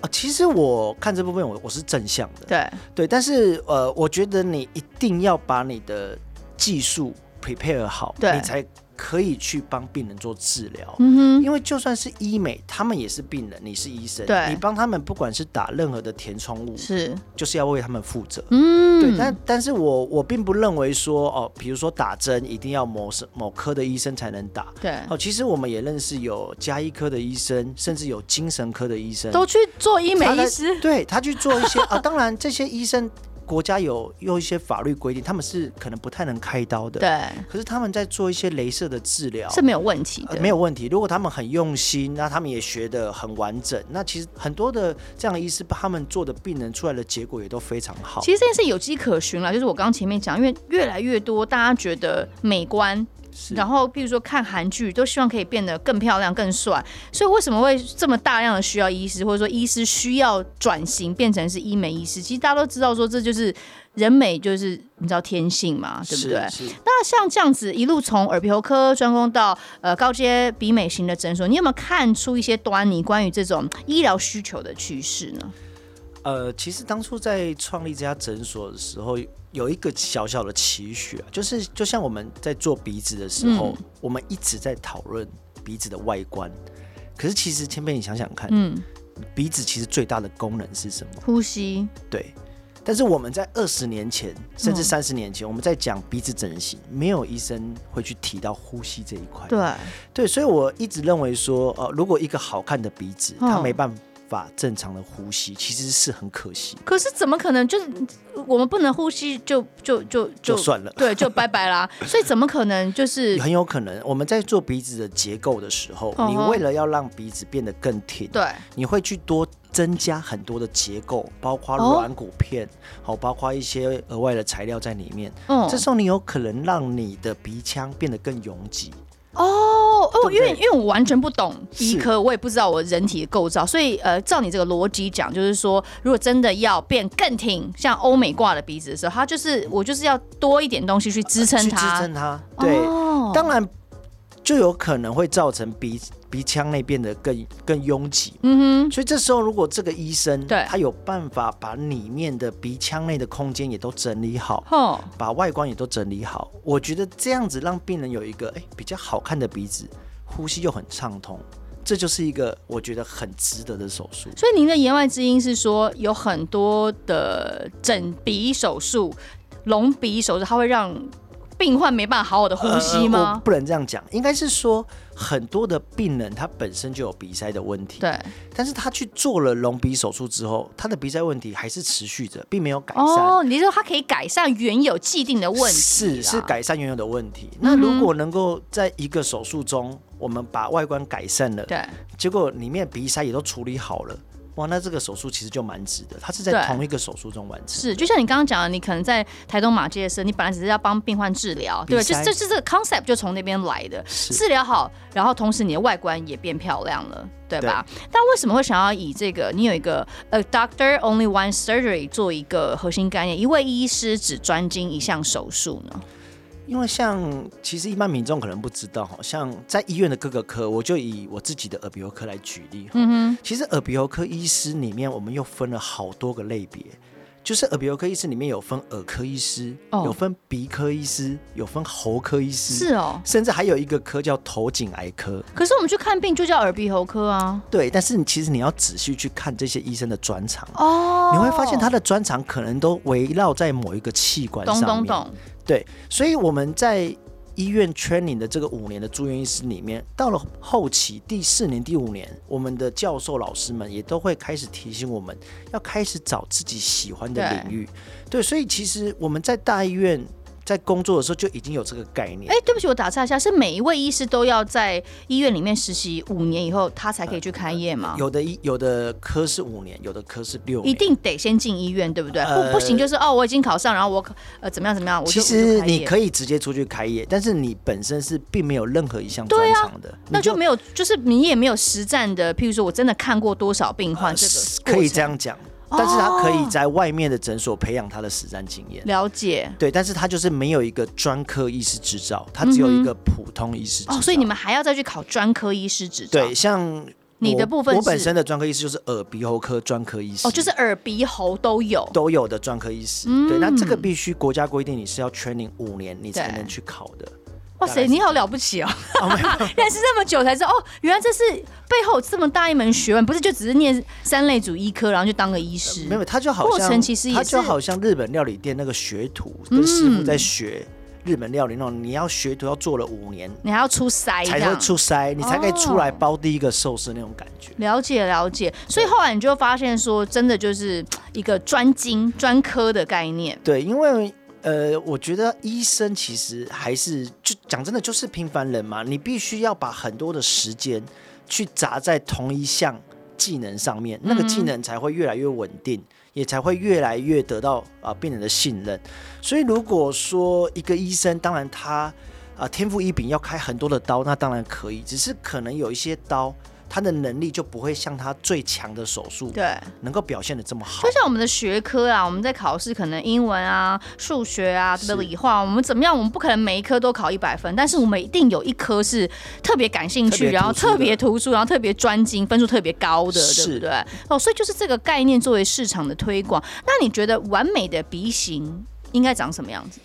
Speaker 5: 啊，其实我看这部分我我是正向的，
Speaker 4: 对，
Speaker 5: 对但是呃，我觉得你一定要把你的技术 prepare 好，
Speaker 4: 对
Speaker 5: 你才可以去帮病人做治疗。
Speaker 4: 嗯哼，
Speaker 5: 因为就算是医美，他们也是病人，你是医生，
Speaker 4: 对
Speaker 5: 你帮他们不管是打任何的填充物，
Speaker 4: 是，
Speaker 5: 就是要为他们负责。
Speaker 4: 嗯，
Speaker 5: 对，但但是我我并不认为说哦，比如说打针一定要某是某科的医生才能打。
Speaker 4: 对，
Speaker 5: 哦，其实我们也认识有加医科的医生，甚至有精神科的医生，
Speaker 4: 都去做医美
Speaker 5: 他在
Speaker 4: 医师，
Speaker 5: 对他去做一 些啊，当然这些医生国家有有一些法律规定，他们是可能不太能开刀的。。
Speaker 4: 对，
Speaker 5: 可是他们在做一些镭射的治疗，
Speaker 4: 呃是没有问题
Speaker 5: 呃
Speaker 4: 的，
Speaker 5: 没有问题。如果他们很用心，那他们也学得很完整，那其实很多的这样的医师，他们做的病人出来的结果也都非常好。
Speaker 4: 其实这件事有迹可循啦，就是我刚刚前面讲，因为越来越多大家觉得美观
Speaker 5: 是
Speaker 4: 然后比如说看韩剧，都希望可以变得更漂亮、更帅。所以为什么会这么大量的需要医师，或者说医师需要转型变成是医美医师？其实大家都知道，说这就是人美，就是你知道天性嘛，对不对？
Speaker 5: 是是
Speaker 4: 那像这样子一路从耳鼻喉科专攻到呃高阶鼻美型的诊所，你有没有看出一些端倪关于这种医疗需求的趋势呢？
Speaker 5: 呃，其实当初在创立这家诊所的时候，有一个小小的期许啊，就是就像我们在做鼻子的时
Speaker 4: 嗯
Speaker 5: 候，我们一直在讨论鼻子的外观。可是其实前辈，你想想看，
Speaker 4: 嗯，
Speaker 5: 鼻子其实最大的功能是什么？
Speaker 4: 呼吸，
Speaker 5: 对。但是我们在二十年前，甚
Speaker 4: 嗯
Speaker 5: 至三十年前，我们在讲鼻子整形，没有医生会去提到呼吸这一块。
Speaker 4: 对，
Speaker 5: 对，所以我一直认为说，呃，如果一个好看的鼻子，它
Speaker 4: 嗯
Speaker 5: 没办法正常的呼吸，其实是很可惜的。
Speaker 4: 可是怎么可能？就是我们不能呼吸就，就就就
Speaker 5: 就算了
Speaker 4: 对，就拜拜啦。所以怎么可能？就是
Speaker 5: 很有可能我们在做鼻子的结构的时候，
Speaker 4: 嗯
Speaker 5: 你
Speaker 4: 哼
Speaker 5: 为了要让鼻子变得更挺，
Speaker 4: 对，
Speaker 5: 你会去多增加很多的结构，包括
Speaker 4: 哦
Speaker 5: 软骨片，好、包括一些额外的材料在里面。
Speaker 4: 嗯
Speaker 5: 这，时候你有可能让你的鼻腔变得更拥挤。
Speaker 4: 哦哦，
Speaker 5: 对不对
Speaker 4: 因为因为我完全不懂医
Speaker 5: 是
Speaker 4: 科，我也不知道我人体的构造，所以呃，照你这个逻辑讲，就是说，如果真的要变更挺，像欧美挂的鼻子的时候，它就是我就是要多一点东西去支撑
Speaker 5: 去支
Speaker 4: 它。
Speaker 5: 撑它。对，
Speaker 4: 哦
Speaker 5: 当然就有可能会造成鼻鼻腔内变得更更拥挤。
Speaker 4: 嗯哼，
Speaker 5: 所以这时候，如果这个医生
Speaker 4: 对
Speaker 5: 他有办法把里面的鼻腔内的空间也都整理好，
Speaker 4: 吼，
Speaker 5: 把外观也都整理好，我觉得这样子让病人有一个哎比较好看的鼻子，呼吸又很畅通，这就是一个我觉得很值得的手术。
Speaker 4: 所以您的言外之音是说，有很多的整鼻手术、隆鼻手术，它会让病患没办法好好的呼吸
Speaker 5: 呃我
Speaker 4: 吗？
Speaker 5: 不能这样讲，应该是说很多的病人他本身就有鼻塞的问题，
Speaker 4: 对，
Speaker 5: 但是他去做了隆鼻手术之后，他的鼻塞问题还是持续着，并没有改善。
Speaker 4: 哦，你是说它可以改善原有既定的问题？啊嗯
Speaker 5: 是是。改善原有的问题。那如果能够在一个手术中，我们把外观改善了，
Speaker 4: 对，
Speaker 5: 结果里面鼻塞也都处理好了，哇，那这个手术其实就蛮值得。它是
Speaker 4: 对
Speaker 5: 在同一个手术中完成。
Speaker 4: 是，就像你刚刚讲的，你可能在台东马街的时候，你本来只是要帮病患治疗，对吧？
Speaker 5: 鼻
Speaker 4: 就
Speaker 5: 塞
Speaker 4: 这这这个 concept 就从那边来的，
Speaker 5: 是
Speaker 4: 治疗好，然后同时你的外观也变漂亮了，对吧？但为什么会想要以这个你有一个呃 doctor only one surgery 做一个核心概念，一位医师只专精一项手术呢？
Speaker 5: 嗯因为像其实一般民众可能不知道哈，像在医院的各个科，我就以我自己的耳鼻喉科来举例。嗯哼，其实耳鼻喉科医师里面，我们又分了好多个类别。就是耳鼻喉科医师里面有分耳科医师，
Speaker 4: 哦
Speaker 5: 有分鼻科医师，有分喉科医师，
Speaker 4: 是哦，
Speaker 5: 甚至还有一个科叫头颈癌科。
Speaker 4: 可是我们去看病就叫耳鼻喉科啊，
Speaker 5: 对，但是你其实你要仔细去看这些医生的专长，啊
Speaker 4: 哦，
Speaker 5: 你会发现他的专长可能都围绕在某一个器官上
Speaker 4: 懂
Speaker 5: 面。
Speaker 4: 哦懂懂，
Speaker 5: 对，所以我们在医院 training 的这个五年的住院医师里面，到了后期第四年、第五年，我们的教授老师们也都会开始提醒我们要开始找自己喜欢的领域。对，所以其实我们在大医院在工作的时候就已经有这个概念。
Speaker 4: 哎、对不起，我打岔一下，是每一位医师都要在医院里面实习五年以后，他才可以去开业吗？
Speaker 5: 有的医有的科是五年，有的科是六年。
Speaker 4: 一定得先进医院，对不对？
Speaker 5: 呃
Speaker 4: 不不行，就是哦，我已经考上，然后我可呃怎么样怎么样，我就
Speaker 5: 其实你
Speaker 4: 以，
Speaker 5: 可以直接出去开业，但是你本身是并没有任何一项
Speaker 4: 对
Speaker 5: 专
Speaker 4: 啊
Speaker 5: 长的，
Speaker 4: 那
Speaker 5: 你
Speaker 4: 就没有，就是你也没有实战的，譬如说我真的看过多少病患，这个过
Speaker 5: 啊可以
Speaker 4: 程
Speaker 5: 这样讲，但是他可以在外面的诊所培养他的实战经验。
Speaker 4: 了解
Speaker 5: 对，但是他就是没有一个专科医师执照，他只有一个普通医师执照、
Speaker 4: 哦，所以你们还要再去考专科医师执照，
Speaker 5: 啊对，像
Speaker 4: 你的
Speaker 5: 我
Speaker 4: 部分
Speaker 5: 我本
Speaker 4: 是
Speaker 5: 身的专科医师就是耳鼻喉科专科医师，
Speaker 4: 哦，就是嗯耳鼻喉都有，
Speaker 5: 都有的专科医师。对，那这个必须国家规定你是要 training 五年，你才
Speaker 4: 对
Speaker 5: 能去考的。
Speaker 4: 哇
Speaker 5: 大概
Speaker 4: 塞，
Speaker 5: 是
Speaker 4: 你好了不起哦！ 认识这么久才知道哦，原来这是背后有这么大一门学问，不是就只是念三类组医科，然后就当个医师。
Speaker 5: 呃没有，他就好
Speaker 4: 过
Speaker 5: 像
Speaker 4: 程其实也
Speaker 5: 他就是好像日本料理店那个学徒跟师傅在
Speaker 4: 嗯
Speaker 5: 学日本料理那种，你要学徒要做了五年
Speaker 4: 你还要出塞这
Speaker 5: 才
Speaker 4: 样
Speaker 5: 会出筛，你才可以出来
Speaker 4: 哦
Speaker 5: 包第一个寿司那种感觉。
Speaker 4: 了解了解，所以后来你就发现说，真的就是一个专精专科的概念。
Speaker 5: 对，因为呃，我觉得医生其实还是就讲真的，就是平凡人嘛，你必须要把很多的时间去砸在同一项技能上
Speaker 4: 嗯
Speaker 5: 面，那个技能才会越来越稳定，也才会越来越呃得到啊、病人的信任。所以如果说一个医生，当然他。呃天赋异禀要开很多的刀，那当然可以，只是可能有一些刀。他的能力就不会像他最强的手术
Speaker 4: 对。
Speaker 5: 能够表现的这么好
Speaker 4: 就，像我们的学科啊，我们在考试，可能英文啊、数学啊、对不对理化，我们怎么样？我们不可能每一科都考一百分，但是我们一定有一科是特别感兴
Speaker 5: 特别
Speaker 4: 趣，
Speaker 5: 突出
Speaker 4: 然后特别
Speaker 5: 的
Speaker 4: 突出，然后特别专精，分数特别高的，对不
Speaker 5: 是
Speaker 4: 对？哦，所以就是这个概念作为市场的推广。那你觉得完美的鼻型应该长什么样子？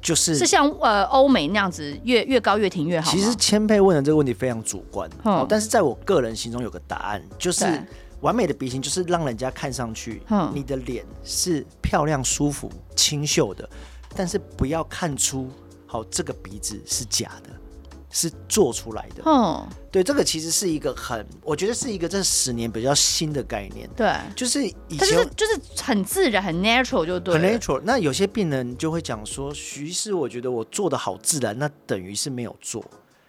Speaker 5: 就是
Speaker 4: 是像呃欧美那样子越越高越挺越好吗？
Speaker 5: 其实千佩问的这个问题非常主观，
Speaker 4: 嗯
Speaker 5: 哦但是在我个人心中有个答案，就是
Speaker 4: 对
Speaker 5: 完美的鼻型就是让人家看上去
Speaker 4: 嗯，
Speaker 5: 你的脸是漂亮、舒服、清秀的，但是不要看出好这个鼻子是假的，是做出来的。
Speaker 4: 哦，
Speaker 5: 对，这个其实是一个很，我觉得是一个这十年比较新的概念，
Speaker 4: 对，
Speaker 5: 就是以
Speaker 4: 它就是
Speaker 5: 前。
Speaker 4: 就是很自然、很 natural 就对
Speaker 5: 很
Speaker 4: 了。
Speaker 5: natural，那有些病人就会讲说，徐医师，我觉得我做的好自然，那等于是没有做。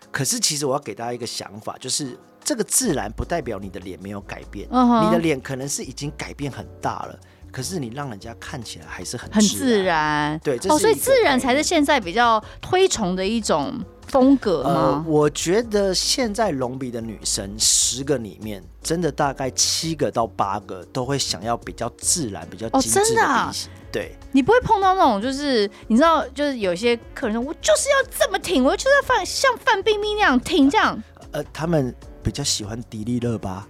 Speaker 5: 可是其实我要给大家一个想法，就是这个自然不代表你的脸没有改变
Speaker 4: 嗯哼
Speaker 5: 你的脸可能是已经改变很大了，可是你让人家看起来还是很
Speaker 4: 很
Speaker 5: 自
Speaker 4: 自。然，
Speaker 5: 对这
Speaker 4: 哦，
Speaker 5: 是
Speaker 4: 所以
Speaker 5: 一个
Speaker 4: 自然才
Speaker 5: 概
Speaker 4: 是
Speaker 5: 念
Speaker 4: 现在比较推崇的一种风格
Speaker 5: 呃，
Speaker 4: 吗？
Speaker 5: 我觉得现在隆鼻的女生十个里面，真的大概七个到八个都会想要比较自然、比较
Speaker 4: 哦
Speaker 5: 精致
Speaker 4: 真
Speaker 5: 的
Speaker 4: 的啊
Speaker 5: 鼻型。对，
Speaker 4: 你不会碰到那种就是你知道，就是有些客人说，我就是要这么挺，我就是要范像范冰冰那样挺这样。
Speaker 5: 呃，他们比较喜欢迪丽热巴。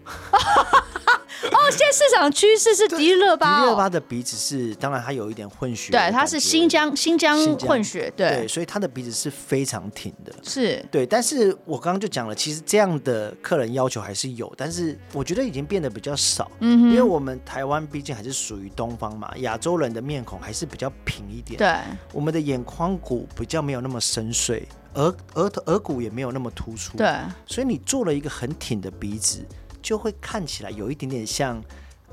Speaker 4: 哦，现在市场趋势是迪丽热巴、
Speaker 5: 迪
Speaker 4: 哦，
Speaker 5: 丽热巴的鼻子是，当然它有一点混血的
Speaker 4: 对，
Speaker 5: 感觉，
Speaker 4: 她是新疆新疆
Speaker 5: 新疆
Speaker 4: 混血，对，
Speaker 5: 对，所以她的鼻子是非常挺的。
Speaker 4: 是
Speaker 5: 对，但是我刚刚就讲了，其实这样的客人要求还是有，但是我觉得已经变得比较少，
Speaker 4: 嗯哼
Speaker 5: 因为我们台湾毕竟还是属于东方嘛，亚洲人的面孔还是比较平一点，，
Speaker 4: 对，
Speaker 5: 我们的眼眶骨比较没有那么深邃，额额头额骨也没有那么突出，
Speaker 4: 对，
Speaker 5: 所以你做了一个很挺的鼻子，就会看起来有一点点像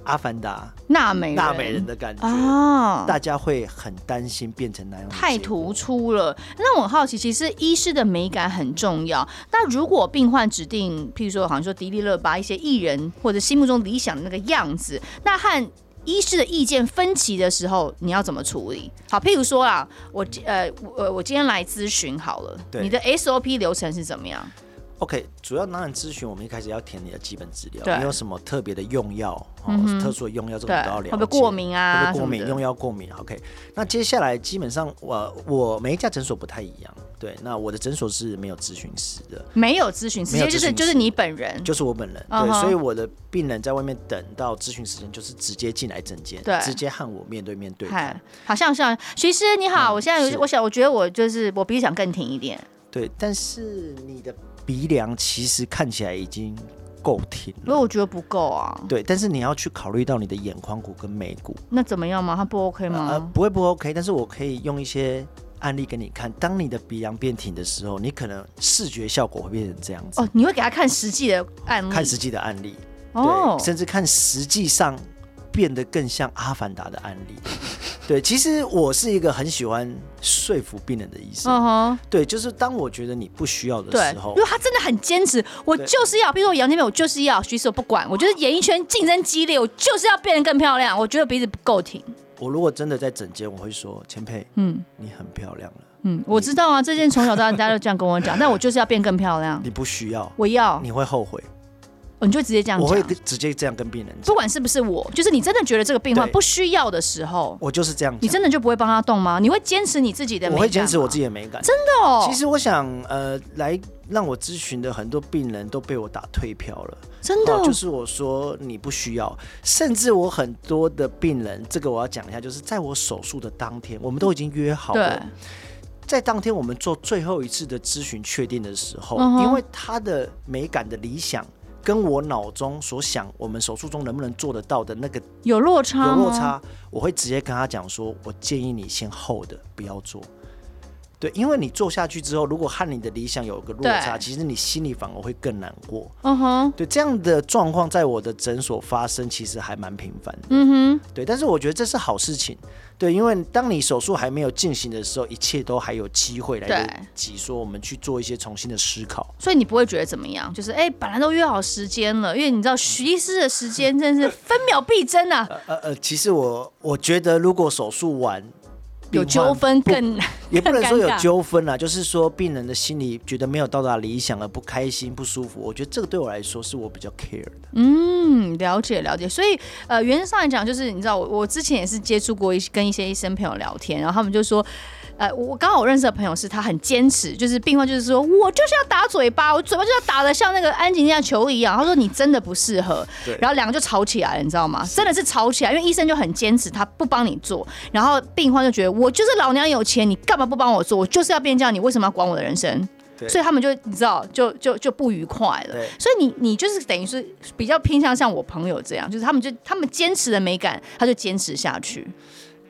Speaker 5: 阿凡达
Speaker 4: 娜美
Speaker 5: 纳美人的感觉
Speaker 4: 啊，
Speaker 5: 大家会很担心变成那样的
Speaker 4: 太
Speaker 5: 结果
Speaker 4: 突出了。那我很好奇，其实医师的美感很重要。那如果病患指定，譬如说，好像说迪丽热巴一些艺人或者心目中理想的那个样子，那和医师的意见分歧的时候，你要怎么处理？好，譬如说啦，我呃我我今天来咨询好了，
Speaker 5: 对
Speaker 4: 你的 SOP 流程是怎么样？
Speaker 5: OK，主要当然咨询，我们一开始要填你的基本资料，
Speaker 4: 对嗯
Speaker 5: 你有什么特别的用药，哦，特殊的用药这个
Speaker 4: 对
Speaker 5: 我们都要了解，
Speaker 4: 会不会过敏啊
Speaker 5: 会不会过
Speaker 4: 什
Speaker 5: 敏，
Speaker 4: 么的
Speaker 5: 用药过敏。OK，那接下来基本上我我每一家诊所不太一样，对，那我的诊所是没有咨询师的，
Speaker 4: 没有咨询，直
Speaker 5: 没有
Speaker 4: 接就
Speaker 5: 咨
Speaker 4: 是
Speaker 5: 询
Speaker 4: 就是
Speaker 5: 师
Speaker 4: 你本人。
Speaker 5: 就是我本人，
Speaker 4: 嗯哼
Speaker 5: 对，所以我的病人在外面等到咨询时间，就是直接进来诊间，
Speaker 4: 对
Speaker 5: 直接和我面对面对
Speaker 4: 嗨
Speaker 5: 谈，，
Speaker 4: 好像像徐医师你好，
Speaker 5: 嗯
Speaker 4: 我现在有
Speaker 5: 是
Speaker 4: 我想，我觉得我就是我比想更挺一点，
Speaker 5: 对，但是你的鼻梁其实看起来已经够挺
Speaker 4: 因为
Speaker 5: 了。
Speaker 4: 我觉得不够啊。
Speaker 5: 对，但是你要去考虑到你的眼眶骨跟眉骨，
Speaker 4: 那怎么样吗？他不 OK 吗？
Speaker 5: 呃，不会不 OK，但是我可以用一些案例给你看。当你的鼻梁变挺的时候，你可能视觉效果会变成这样子。
Speaker 4: 哦，你会给他看实际的案例，
Speaker 5: 呃看实际的案例，
Speaker 4: 哦
Speaker 5: 对，，甚至看实际上变得更像阿凡达的案例。对，其实我是一个很喜欢说服病人的医生。
Speaker 4: 嗯哼，
Speaker 5: 对，就是当我觉得你不需要
Speaker 4: 对
Speaker 5: 的时，候
Speaker 4: 因为，他真的很坚持，我
Speaker 5: 对
Speaker 4: 就是要，比如说我杨千霈，我就是要，徐子我不管，我觉得演艺圈竞争激烈，我就是要变得更漂亮，我觉得鼻子不够挺，
Speaker 5: 我如果真的在诊间，我会说：“千佩，
Speaker 4: 嗯
Speaker 5: 你很漂亮了，
Speaker 4: 嗯，我知道啊，这件从小到大大家都这样跟我讲，但我就是要变更漂亮，
Speaker 5: 你不需要，
Speaker 4: 我要，
Speaker 5: 你会后悔。
Speaker 4: 哦你就直接这”样
Speaker 5: 我会
Speaker 4: 讲，
Speaker 5: 跟直接这样跟病人
Speaker 4: 不
Speaker 5: 讲，
Speaker 4: 管是不是我，就是你真的觉得这个病患
Speaker 5: 对
Speaker 4: 不需要的时候，
Speaker 5: 我就是这样
Speaker 4: 你
Speaker 5: 讲，
Speaker 4: 真的就不会帮他动吗？你会坚持你自己的美感吗，
Speaker 5: 我会坚持我自
Speaker 4: 己
Speaker 5: 己的美感。
Speaker 4: 的哦，
Speaker 5: 其实我想，呃，来让我咨询的很多病人都被我打退票了。
Speaker 4: 真的哦、
Speaker 5: 就是我说你不需要，甚至我很多的病人，这个我要讲一下，就是在我手术的当天，我们都已经约好
Speaker 4: 对
Speaker 5: 了，在当天我们做最后一次的咨询确定的时候，
Speaker 4: 嗯哼
Speaker 5: 因为他的美感的理想。跟我脑中所想，我们手术中能不能做得到的那个
Speaker 4: 有落差，
Speaker 5: 有落，差，
Speaker 4: 嗯
Speaker 5: 我会直接跟他讲说，我建议你先 hold，不要做。对，因为你做下去之后，如果和你的理想有个落
Speaker 4: 对
Speaker 5: 差，其实你心里反而会更难过。
Speaker 4: 嗯哼，
Speaker 5: 对，这样的状况在我的诊所发生，其实还蛮频繁的。
Speaker 4: 嗯哼。
Speaker 5: 对，但是我觉得这是好事情。对，因为当你手术还没有进行的时候，一切都还有机会来
Speaker 4: 对
Speaker 5: 得及说我们去做一些重新的思考。
Speaker 4: 所以你不会觉得怎么样，就是哎、本来都约好时间了，因为你知道徐医师的时间
Speaker 5: 呃
Speaker 4: 真是分秒必争啊。
Speaker 5: 呃呃，其实我我觉得如果手术完，
Speaker 4: 有
Speaker 5: 病
Speaker 4: 纠
Speaker 5: 患
Speaker 4: 纷更
Speaker 5: 也不能说 有
Speaker 4: 尴尬
Speaker 5: 纠纷啦，就是说病人的心里觉得没有到达理想而不开心、不舒服，我觉得这个对我来说是我比较 care 的。
Speaker 4: 嗯，了解了解。所以呃，原则上来讲，就是你知道，我我之前也是接触过一些跟一些医生朋友聊天，然后他们就说。呃，我刚好我认识的朋友是他很坚持，就是病患就是说我就是要打嘴巴，我嘴巴就是要打的像那个安吉丽娜球一样。他说你真的不适合
Speaker 5: 对，
Speaker 4: 然后两个就吵起来了，你知道吗？真的是吵起来，因为医生就很坚持，他不帮你做，然后病患就觉得我就是老娘有钱，你干嘛不帮我做？我就是要变这样，你为什么要管我的人生？
Speaker 5: 对
Speaker 4: 所以他们就你知道，就就就不愉快了
Speaker 5: 对。
Speaker 4: 所以你你就是等于是比较偏向像我朋友这样，就是他们就他们坚持的美感，他就坚持下去。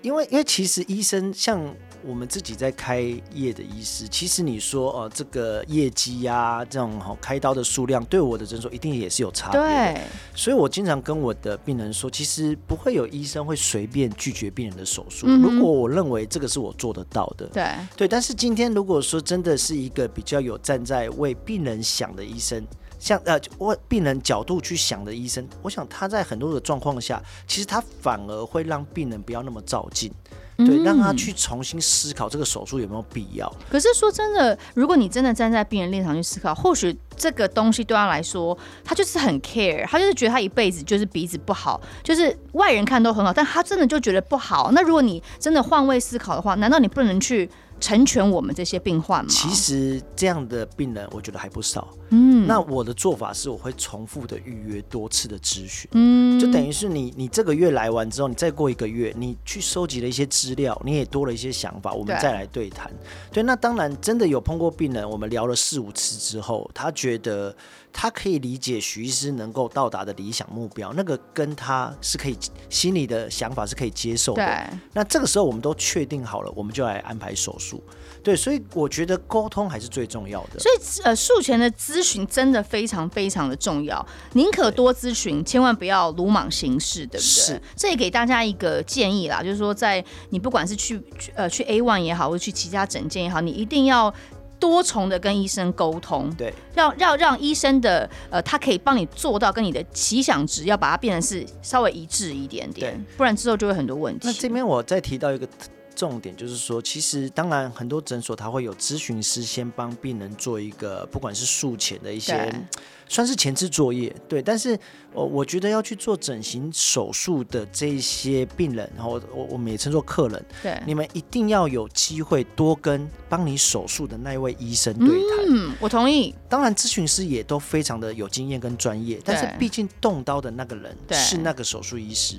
Speaker 5: 因为因为其实医生像我们自己在开业的医师，其实你说哦、呃这个业绩呀、这种好、开刀的数量，对我的诊所一定也是有差别的。
Speaker 4: 对，
Speaker 5: 所以我经常跟我的病人说，其实不会有医生会随便拒绝病人的手术。
Speaker 4: 嗯哼
Speaker 5: 如果我认为这个是我做得到的，
Speaker 4: 对，
Speaker 5: 对，但是今天如果说真的是一个比较有站在为病人想的医生，像呃为病人角度去想的医生，我想他在很多的状况下，其实他反而会让病人不要那么照进，对，让他
Speaker 4: 嗯
Speaker 5: 去重新思考这个手术有没有必要。
Speaker 4: 可是说真的，如果你真的站在病人立场去思考，或许这个东西对他来说，他就是很 care，他就是觉得他一辈子就是鼻子不好，就是外人看都很好，但他真的就觉得不好。那如果你真的换位思考的话，难道你不能去成全我们这些病患吗？
Speaker 5: 其实这样的病人，我觉得还不少。
Speaker 4: 嗯，
Speaker 5: 那我的做法是，我会重复的预约多次的咨询。
Speaker 4: 嗯
Speaker 5: 就等于是你，你这个月来完之后，你再过一个月，你去收集了一些资料，你也多了一些想法，我们
Speaker 4: 对
Speaker 5: 再来对谈。对，那当然真的有碰过病人，我们聊了四五次之后，他觉得他可以理解徐医师能够到达的理想目标，那个跟他是可以心里的想法是可以接受
Speaker 4: 对
Speaker 5: 的。那这个时候我们都确定好了，我们就来安排手术。对，所以我觉得沟通还是最重要的。
Speaker 4: 所以呃，术前的咨询真的非常非常的重要，宁可多咨询，千万不要鲁莽行事，对不对？
Speaker 5: 是，
Speaker 4: 这也给大家一个建议啦，就是说，在你不管是去去呃去 A one 也好，或者去其他诊间也好，你一定要。多重的跟医生沟通，
Speaker 5: 对，
Speaker 4: 让让让医生的呃，他可以帮你做到跟你的奇想值要把它变成是稍微一致一点点，不然之后就会很多问题。
Speaker 5: 那这边我再提到一个重点，就是说，其实当然很多诊所它会有咨询师先帮病人做一个，不管是术前的一些
Speaker 4: 对
Speaker 5: 算是前置作业，对。但是我我觉得要去做整形手术的这一些病人，然后我我我们也称作客人，
Speaker 4: 对，
Speaker 5: 你们一定要有机会多跟帮你手术的那一位医生对谈。
Speaker 4: 嗯，我同意，
Speaker 5: 当然，咨询师也都非常的有经验跟专业，但是毕竟动刀的那个人
Speaker 4: 对
Speaker 5: 是那个手术医师，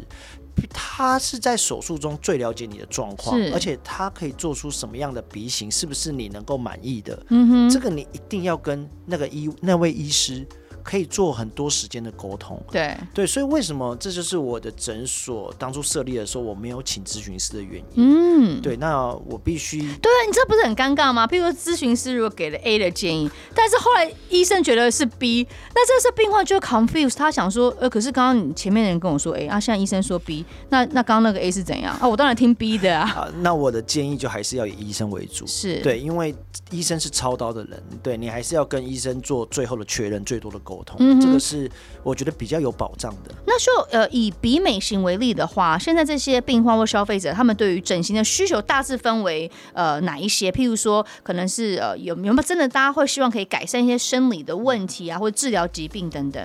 Speaker 5: 他是在手术中最了解你的状况
Speaker 4: 是，
Speaker 5: 而且他可以做出什么样的鼻型，是不是你能够满意的？
Speaker 4: 嗯哼，
Speaker 5: 这个你一定要跟那个医那位医师可以做很多时间的沟通。
Speaker 4: 对，
Speaker 5: 对，所以为什么这就是我的诊所当初设立的时候我没有请咨询师的原因？
Speaker 4: 嗯，
Speaker 5: 对，那我必须
Speaker 4: 对啊，你这不是很尴尬吗？譬如说，咨询师如果给了 A 的建议，但是后来医生觉得是 B，那这是病患就 confuse，他想说，呃，可是刚刚你前面的人跟我说 A 啊，现在医生说 B，那那刚刚那个 A 是怎样啊？我当然听 B 的啊，
Speaker 5: 啊，那我的建议就还是要以医生为主。
Speaker 4: 是
Speaker 5: 对，因为医生是操刀的人，对你还是要跟医生做最后的确认，最多的沟通，
Speaker 4: 嗯
Speaker 5: 这个是我觉得比较有保障的。
Speaker 4: 那就呃，以比美型为例的话，现在这些病患或消费者，他们对于整形的需求大致分为呃哪一些？譬如说，可能是呃有有没有真的大家会希望可以改善一些生理的问题啊，或治疗疾病等等。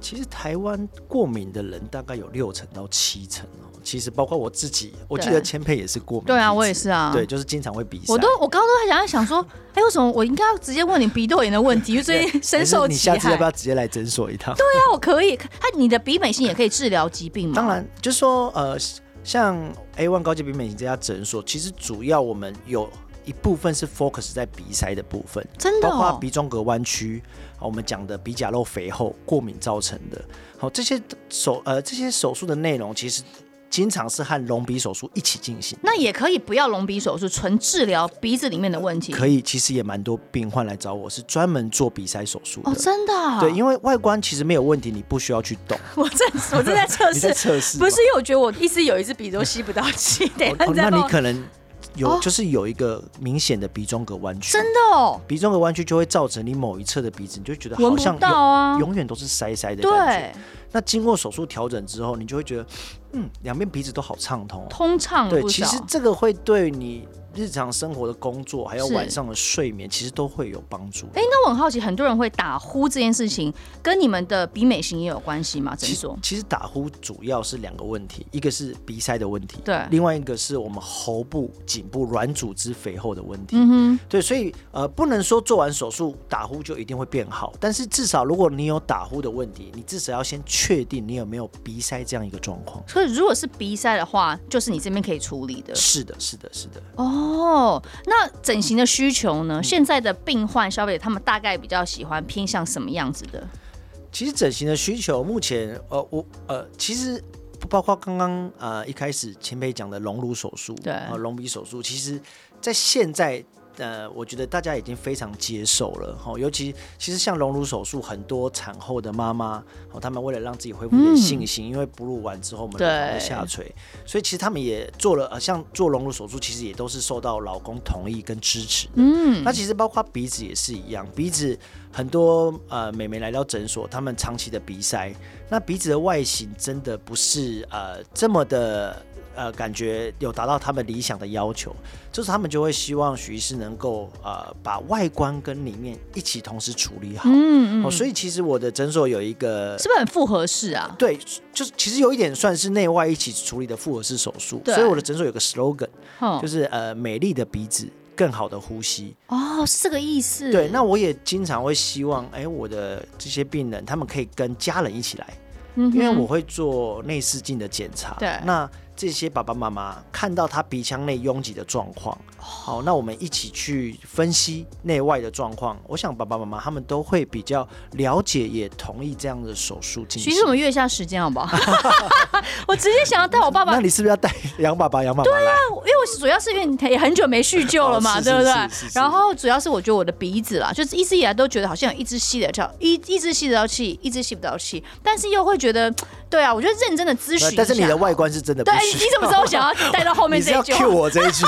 Speaker 5: 其实台湾过敏的人大概有六成到七成哦，其实包括我自己，我记
Speaker 4: 对
Speaker 5: 得千佩也是过敏。
Speaker 4: 对啊，我也。是啊，
Speaker 5: 对，就是经常会鼻塞。
Speaker 4: 我都我刚刚都还想要想说， 哎、为什么我应该要直接问你鼻窦炎的问 题？因为最近深
Speaker 5: 还是
Speaker 4: 受
Speaker 5: 你
Speaker 4: 其
Speaker 5: 下
Speaker 4: 害。
Speaker 5: 次要不
Speaker 4: 对
Speaker 5: 要直接来诊所一 趟？
Speaker 4: 啊，我可以。它你的鼻美型也可以治疗疾病吗？
Speaker 5: 当，然，就是说呃，像 A One 高级鼻美型这家诊所，其实主要我们有一部分是 focus 在鼻塞的部分，
Speaker 4: 真的
Speaker 5: 包括
Speaker 4: 哦。
Speaker 5: 鼻中隔弯曲，啊我们讲的鼻甲肉肥厚、过敏造成的，好这些手呃这些手术的内容，其实经常是和隆鼻手术一起进行。
Speaker 4: 那也可以不要隆鼻手术，纯治疗鼻子里面的问题。
Speaker 5: 可以，其实也蛮多病患来找我，是专门做鼻塞手术的。
Speaker 4: 哦，真的、啊。
Speaker 5: 对，因为外观其实没有问题，你不需要去 动。
Speaker 4: 我 正我正在测
Speaker 5: 你
Speaker 4: 试
Speaker 5: 在，测试吗？
Speaker 4: 不是因为我觉得我一直有一只鼻都吸不到气，等一
Speaker 5: 哦
Speaker 4: 下
Speaker 5: 哦
Speaker 4: 你再
Speaker 5: 那
Speaker 4: 帮
Speaker 5: 你
Speaker 4: 我。
Speaker 5: 可能有、
Speaker 4: 哦
Speaker 5: 就是有一个明显的鼻中隔弯曲，
Speaker 4: 真的哦，
Speaker 5: 鼻中隔弯曲就会造成你某一侧的鼻子，你就觉得
Speaker 4: 闻
Speaker 5: 好
Speaker 4: 不
Speaker 5: 像
Speaker 4: 到啊
Speaker 5: 永永远都是塞塞的感觉。
Speaker 4: 对，
Speaker 5: 那经过手术调整之后，你就会觉得，嗯，两边鼻子都好畅通哦、
Speaker 4: 通畅了
Speaker 5: 对，
Speaker 4: 不
Speaker 5: 其
Speaker 4: 少。
Speaker 5: 实这个会对你日常生活的工作，还有
Speaker 4: 是
Speaker 5: 晚上的睡眠，其实都会有帮助。
Speaker 4: 哎，那我很好奇，很多人会打呼这件事情，跟你们的鼻美型也有关系吗？诊
Speaker 5: 其
Speaker 4: 所
Speaker 5: 其实打呼主要是两个问题，一个是鼻塞的问题，
Speaker 4: 对
Speaker 5: 另外一个是我们喉部、颈部软组织肥厚的问题。
Speaker 4: 嗯哼，
Speaker 5: 对，所以呃，不能说做完手术打呼就一定会变好，但是至少如果你有打呼的问题，你至少要先确定你有没有鼻塞这样一个状况。
Speaker 4: 所以如果是鼻塞的话，就是你这边可以处理的。
Speaker 5: 是的，是的，是的。
Speaker 4: 哦，那整形的需求
Speaker 5: 嗯
Speaker 4: 呢？现在的病患消费者他们大概比较喜欢偏向什么样子的？
Speaker 5: 其实整形的需求，目前呃，我呃，其实包括刚刚呃一开始前辈讲的隆乳手术，
Speaker 4: 对
Speaker 5: 呃，隆鼻手术，其实在现在呃，我觉得大家已经非常接受了哈、尤其其实像隆乳手术，很多产后的妈妈，哦，她们为了让自己恢复一点信心，因为哺乳完之后我们
Speaker 4: 对
Speaker 5: 乳房会下垂，所以其实她们也做了呃，像做隆乳手术，其实也都是受到老公同意跟支持的。
Speaker 4: 嗯，
Speaker 5: 那其实包括鼻子也是一样，鼻子很多呃美眉来到诊所，她们长期的鼻塞，那鼻子的外形真的不是呃这么的呃感觉有达到她们理想的要求，就是她们就会希望许医师能够呃把外观跟里面一起同时处理好。
Speaker 4: 嗯
Speaker 5: 哦，所以其实我的诊所有一个
Speaker 4: 是不是很复合式啊？
Speaker 5: 对，就是其实有一点算是内外一起处理的复合式手术，
Speaker 4: 对
Speaker 5: 所以我的诊所有个 slogan，
Speaker 4: 哦
Speaker 5: 就是呃美丽的鼻子，更好的呼吸。
Speaker 4: 哦，是这个意思。
Speaker 5: 对，那我也经常会希望，哎，我的这些病人他们可以跟家人一起来，
Speaker 4: 嗯哼
Speaker 5: 因为我会做内视镜的检查。
Speaker 4: 对
Speaker 5: 那这些爸爸妈妈看到他鼻腔内拥挤的状况，
Speaker 4: 哦
Speaker 5: 好，那我们一起去分析内外的状况。我想爸爸妈妈他们都会比较了解，也同意这样的手术进
Speaker 4: 其
Speaker 5: 行
Speaker 4: 实。我们约一下时间好不 好？ 我直接想要带我爸爸，啊
Speaker 5: 那
Speaker 4: 因
Speaker 5: 你是不是要带杨爸爸、杨妈妈来？
Speaker 4: 为我主要是因为也很久没叙旧了嘛，
Speaker 5: 哦是
Speaker 4: 对不对
Speaker 5: 是是是？是
Speaker 4: 然后主要是我觉得我的鼻子啦，就是一直以来都觉得好像有一支吸得到一一支吸得到气，一支吸不到气，但是又会觉得，对啊，我就认真的咨询一下。
Speaker 5: 但是你的外观是真的不
Speaker 4: 对，
Speaker 5: 需
Speaker 4: 你怎么知道我想要带到后面
Speaker 5: 你是
Speaker 4: 这
Speaker 5: 要
Speaker 4: 一句话？
Speaker 5: cue 我这一句？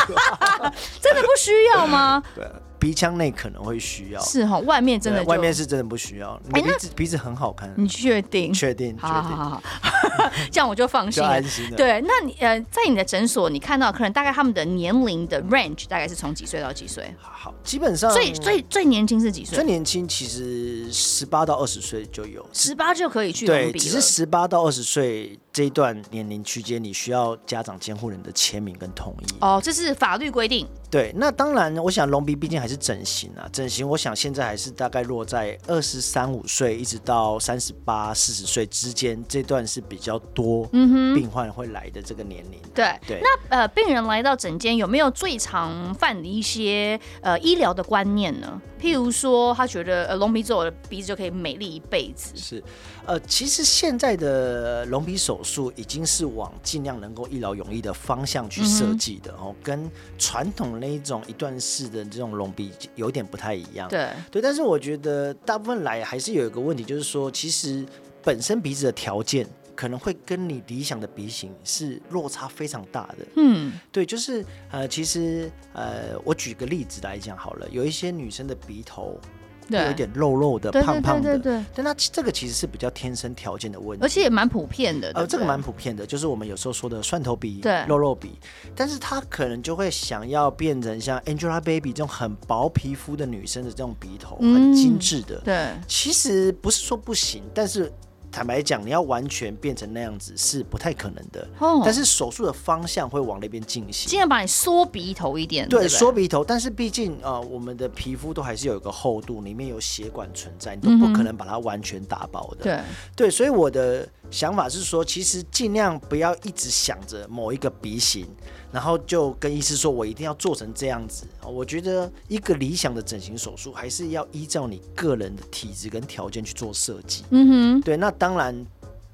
Speaker 4: 真的不需要吗？
Speaker 5: 对， 鼻腔内可能会需要。
Speaker 4: 是哈，外面真的
Speaker 5: 对
Speaker 4: 就
Speaker 5: 外面是真的不需要。你的
Speaker 4: 哎
Speaker 5: 鼻子鼻子很好看，啊
Speaker 4: 你确定？
Speaker 5: 确定确
Speaker 4: 好好
Speaker 5: 定
Speaker 4: 好好， 这样我就放心
Speaker 5: 就
Speaker 4: 了。
Speaker 5: 安心了。，
Speaker 4: 对，那你呃，在你的诊所，你看到客人大概他们的年龄的 range 大概是从几岁到几岁？
Speaker 5: 好，基本上
Speaker 4: 最最最年轻是几
Speaker 5: 呃最
Speaker 4: 岁？
Speaker 5: 年轻其实十八到二十岁就有。
Speaker 4: 十八就可以去隆
Speaker 5: 对，
Speaker 4: 鼻
Speaker 5: 只
Speaker 4: 了
Speaker 5: 是。十八到二十岁这一段年龄区间，你需要家长监护人的签名跟同意。
Speaker 4: 哦，这是法律规定，
Speaker 5: 对，那当然，我想隆鼻毕竟还是整形啊，整形我想现在还是大概落在二十三五岁一直到三十八四十岁之间，这段是比较多病患会来的这个年龄。
Speaker 4: 对。
Speaker 5: 对
Speaker 4: 那呃，病人来到诊间有没有最常犯的一些呃医疗的观念呢？譬如说，他觉得呃隆鼻之后我的鼻子就可以美丽一辈子，
Speaker 5: 是，呃，其实现在的隆鼻手术已经是往尽量能够一劳永逸的方向去设计的、哦，跟传统那一种一段式的这种隆鼻有点不太一样。
Speaker 4: 对，
Speaker 5: 对，但是我觉得大部分来还是有一个问题，就是说，其实本身鼻子的条件可能会跟你理想的鼻型是落差非常大的。
Speaker 4: 嗯，
Speaker 5: 对，就是呃，其实呃，我举个例子来讲好了，有一些女生的鼻头会
Speaker 4: 对，
Speaker 5: 有点肉肉的、
Speaker 4: 对
Speaker 5: 胖胖的，
Speaker 4: 对对对对
Speaker 5: 但它其这个其实是比较天生条件的问题，
Speaker 4: 而且也蛮普遍的。对
Speaker 5: 呃，
Speaker 4: 不
Speaker 5: 这个
Speaker 4: 对
Speaker 5: 蛮普遍的，就是我们有时候说的蒜头鼻、
Speaker 4: 对
Speaker 5: 肉肉鼻，但是她可能就会想要变成像 Angelababy 这种很薄皮肤的女生的这种鼻头，很精
Speaker 4: 嗯
Speaker 5: 致的。
Speaker 4: 对，
Speaker 5: 其实不是说不行，但是坦白讲，你要完全变成那样子是不太可能的。
Speaker 4: 哦
Speaker 5: 但是手术的方向会往那边进行。
Speaker 4: 尽量把你缩鼻头一点，对
Speaker 5: 对，
Speaker 4: 不对，
Speaker 5: 缩鼻头，但是毕竟呃，我们的皮肤都还是有一个厚度，里面有血管存在，你都不可能把它完全打包的。
Speaker 4: 嗯对，
Speaker 5: 对，所以我的想法是说，其实尽量不要一直想着某一个鼻型，然后就跟医师说我一定要做成这样子。哦我觉得一个理想的整形手术还是要依照你个人的体质跟条件去做设计。
Speaker 4: 嗯哼，
Speaker 5: 对，那当然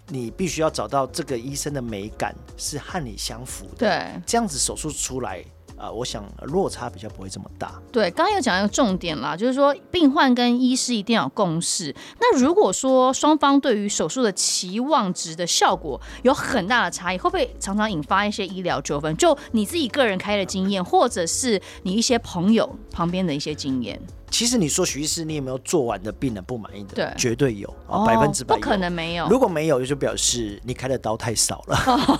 Speaker 5: 你必须要找到这个医生的美感是和你相符的，
Speaker 4: 对。
Speaker 5: 这样子手术出来呃，我想落差比较不会这么大。
Speaker 4: 对，刚刚有讲一个重点啦，就是说病患跟医师一定要有共识。那如果说双方对于手术的期望值的效果有很大的差异，会不会常常引发一些医疗纠纷？就你自己个人开的经验，或者是你一些朋友旁边的一些经验，
Speaker 5: 其实你说许医师，你有没有做完的病人不满意的？
Speaker 4: 对哦
Speaker 5: 绝对有，啊，百分之百
Speaker 4: 不可
Speaker 5: 有
Speaker 4: 能没有。
Speaker 5: 如果没有，就表示你开的刀太少了。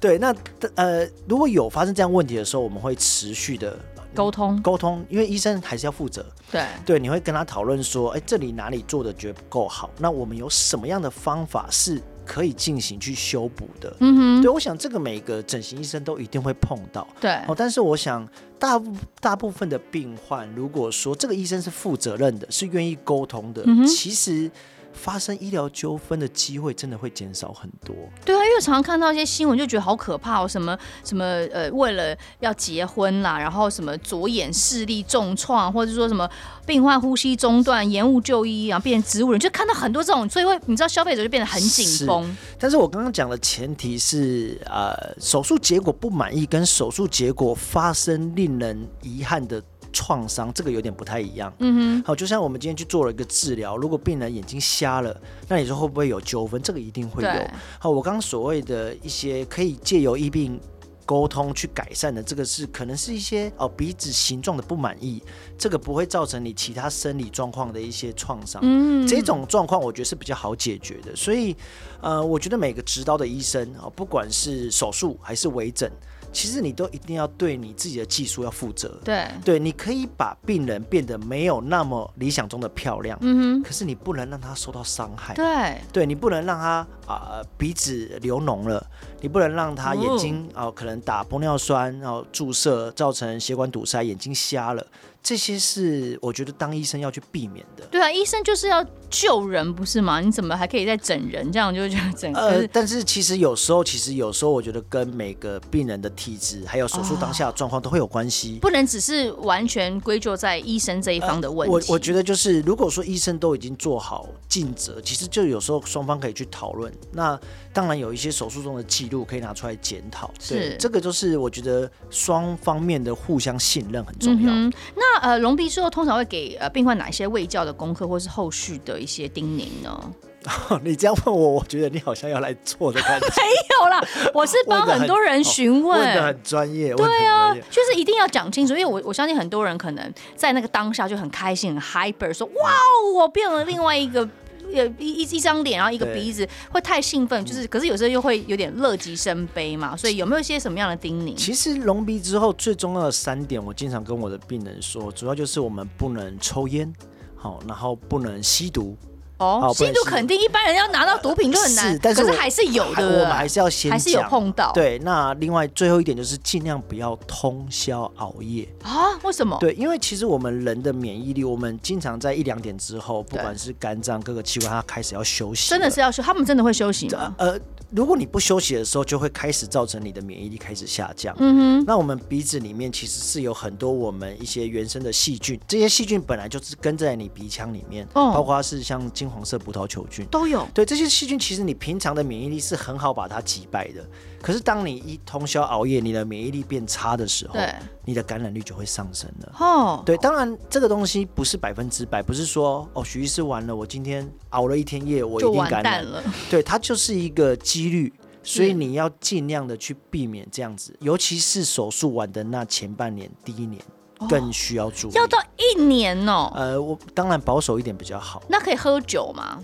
Speaker 5: 对，那呃，如果有发生这样问题的时候，我们会持续的
Speaker 4: 沟通，
Speaker 5: 沟通，因为医生还是要负责。
Speaker 4: 对，
Speaker 5: 对，你会跟他讨论说，哎，这里哪里做的觉得不够好，那我们有什么样的方法是可以进行去修补的？嗯哼，对，我想这个每个整形医生都一定会碰到。
Speaker 4: 对，
Speaker 5: 哦，但是我想大部大部分的病患，如果说这个医生是负责任的，是愿意沟通的，其实发生医疗纠纷的机会真的会减少很多。
Speaker 4: 对啊，因为常常看到一些新闻，就觉得好可怕哦，什么什么呃，为了要结婚啦，然后什么左眼视力重创，或者说什么病患呼吸中断、延误就医，然后变成植物人，就看到很多这种，所以会你知道消费者就变得很紧绷。
Speaker 5: 但是我刚刚讲的前提是，呃，手术结果不满意跟手术结果发生令人遗憾的创伤，这个有点不太一样。嗯哼，好，就像我们今天去做了一个治疗，如果病人眼睛瞎了，那你说会不会有纠纷？这个一定会有
Speaker 4: 对。
Speaker 5: 好，我刚刚所谓的一些可以借由医病。沟通去改善的，这个是可能是一些哦鼻子形状的不满意，这个不会造成你其他生理状况的一些创伤。
Speaker 4: 嗯，
Speaker 5: 这种状况我觉得是比较好解决的。所以，呃，我觉得每个执刀的医生啊，不管是手术还是微整，其实你都一定要对你自己的技术要负责。
Speaker 4: 对
Speaker 5: 对，你可以把病人变得没有那么理想中的漂亮，嗯哼，可是你不能让他受到伤害。
Speaker 4: 对
Speaker 5: 对你不能让他啊、呃鼻子流脓了，你不能让他眼睛啊、可能打玻尿酸，然、后注射造成血管堵塞，眼睛瞎了，这些是我觉得当医生要去避免的。
Speaker 4: 对啊，医生就是要救人，不是吗？你怎么还可以再整人？这样就觉得整个、
Speaker 5: 呃，但是其实有时候，其实有时候我觉得跟每个病人的体质，还有手术当下的状况都会有关系。
Speaker 4: 不能只是完全归咎在医生这一方的问题。
Speaker 5: 我我觉得就是，如果说医生都已经做好尽责，其实就有时候双方可以去讨论。那当然有一些手术中的记录可以拿出来检讨。对
Speaker 4: 是
Speaker 5: 这个就是我觉得双方面的互相信任很重要。
Speaker 4: 嗯，那呃，隆鼻之后通常会给呃病患哪一些卫教的功课，或是后续的一些叮咛 呢？
Speaker 5: 你这样问我，我觉得你好像要来做的感觉，
Speaker 4: 没有啦，我是帮很多人询 问。啊
Speaker 5: 问的很专业，问的很专业。
Speaker 4: 就是一定要讲清楚，因为我我相信很多人可能在那个当下就很开心、很 hyper，说哇哦，我变了另外一个 呃一一一张脸，然后一个
Speaker 5: 对
Speaker 4: 鼻子，会太兴奋，就是可是有时候又会有点乐极生悲嘛，所以有没有一些什么样的叮咛？
Speaker 5: 其实隆鼻之后最重要的三点，我经常跟我的病人说，主要就是我们不能抽烟，好，然后不能吸毒，
Speaker 4: 哦
Speaker 5: 好，
Speaker 4: 吸
Speaker 5: 不
Speaker 4: 毒
Speaker 5: 能吸
Speaker 4: 肯定一般人要拿到毒品就很难，
Speaker 5: 是但是
Speaker 4: 啊可是
Speaker 5: 我
Speaker 4: 还是有
Speaker 5: 还
Speaker 4: 的，
Speaker 5: 我们还是要先
Speaker 4: 还是有
Speaker 5: 讲
Speaker 4: 碰到
Speaker 5: 对，那另外最后一点就是尽量不要通宵熬夜。
Speaker 4: 啊？为什么？
Speaker 5: 对，因为其实我们人的免疫力，我们经常在一两点之后，不
Speaker 4: 对
Speaker 5: 管是肝脏各个器官，它开始要休息了。
Speaker 4: 真的是要休，他们真的会休息吗？
Speaker 5: 呃，如果你不休息的时候，就会开始造成你的免疫力开始下降。
Speaker 4: 嗯哼，
Speaker 5: 那我们鼻子里面其实是有很多我们一些原生的细菌，这些细菌本来就是跟在你鼻腔里面，
Speaker 4: 哦
Speaker 5: 包括是像金黄色葡萄球菌。
Speaker 4: 都有。
Speaker 5: 对这些细菌，其实你平常的免疫力是很好把它击败的。可是当你一通宵熬夜，你的免疫力变差的时候
Speaker 4: 对，
Speaker 5: 你的感染率就会上升了。
Speaker 4: 哦，
Speaker 5: 对，当然这个东西不是百分之百，不是说哦，徐医师完了，我今天熬了一天夜，我一
Speaker 4: 就
Speaker 5: 定
Speaker 4: 完
Speaker 5: 感
Speaker 4: 蛋
Speaker 5: 染。
Speaker 4: 了。嗯
Speaker 5: 对，它就是一个几率，所以
Speaker 4: 是
Speaker 5: 你要尽量的去避免这样子，尤其是手术完的那前半年、第一年，更需要注意。
Speaker 4: 哦要到一年哦、
Speaker 5: 呃，我当然保守一点比较好
Speaker 4: 那可以喝酒吗？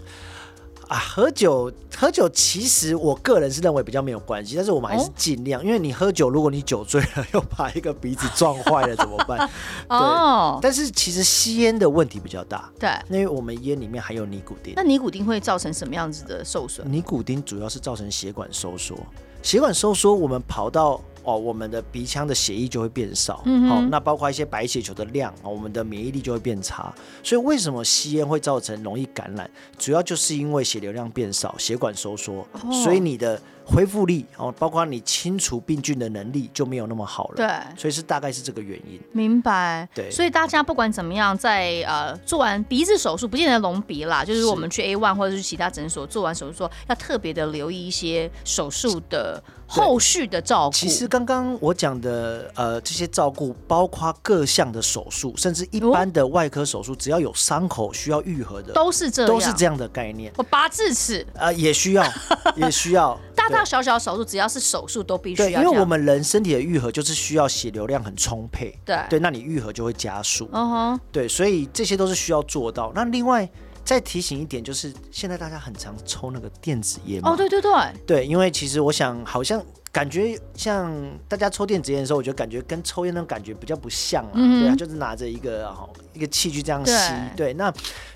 Speaker 5: 啊。喝酒，喝酒其实我个人是认为比较没有关系，但是我们还是
Speaker 4: 哦
Speaker 5: 尽量，因为你喝酒，如果你酒醉了又把一个鼻子撞坏了怎么办？
Speaker 4: 哦，
Speaker 5: 但是其实吸烟的问题比较大，
Speaker 4: 对。
Speaker 5: 因为我们烟里面含有尼古丁
Speaker 4: 那，尼古丁会造成什么样子的受损？
Speaker 5: 尼古丁主要是造成血管收缩，血管收缩，我们跑到哦，我们的鼻腔的血液就会变少，好、
Speaker 4: 嗯哼
Speaker 5: 那包括一些白血球的量哦，我们的免疫力就会变差。所以为什么吸烟会造成容易感染，主要就是因为血流量变少，血管收缩，
Speaker 4: 哦
Speaker 5: 所以你的恢复力哦，包括你清除病菌的能力就没有那么好了。
Speaker 4: 对
Speaker 5: 所以是大概是这个原因。
Speaker 4: 明白。
Speaker 5: 对
Speaker 4: 所以大家不管怎么样，在呃做完鼻子手术，不见得隆鼻啦，就是
Speaker 5: 是
Speaker 4: 我们去 A one 或者是其他诊所做完手术之后，要特别的留意一些手术的后续的照顾。
Speaker 5: 其实刚刚我讲的呃这些照顾，包括各项的手术，甚至一般的外科手术，只要有伤口需要愈合的，
Speaker 4: 都是这样，
Speaker 5: 都是这。样的概念。
Speaker 4: 我拔智齿，
Speaker 5: 啊，也 需要，也需要。
Speaker 4: 大大
Speaker 5: 对
Speaker 4: 小小手术，只要是手术都必须
Speaker 5: 对，
Speaker 4: 要
Speaker 5: 因为
Speaker 4: 这
Speaker 5: 我
Speaker 4: 样。
Speaker 5: 们人身体的愈合就是需要血流量很充沛，
Speaker 4: 对
Speaker 5: 对，那你愈合就会加速，
Speaker 4: 嗯哼，
Speaker 5: 对，所以这些都是需要做到。那另外再提醒一点，就是现在大家很常抽那个电子烟嘛，
Speaker 4: 哦，对对对，
Speaker 5: 对，因为其实我想，好像感觉像大家抽电子烟的时候，我觉得感觉跟抽烟那种感觉比较不像啊。
Speaker 4: 嗯哼
Speaker 5: 对啊，就是拿着一个好一个器具这样吸。对，那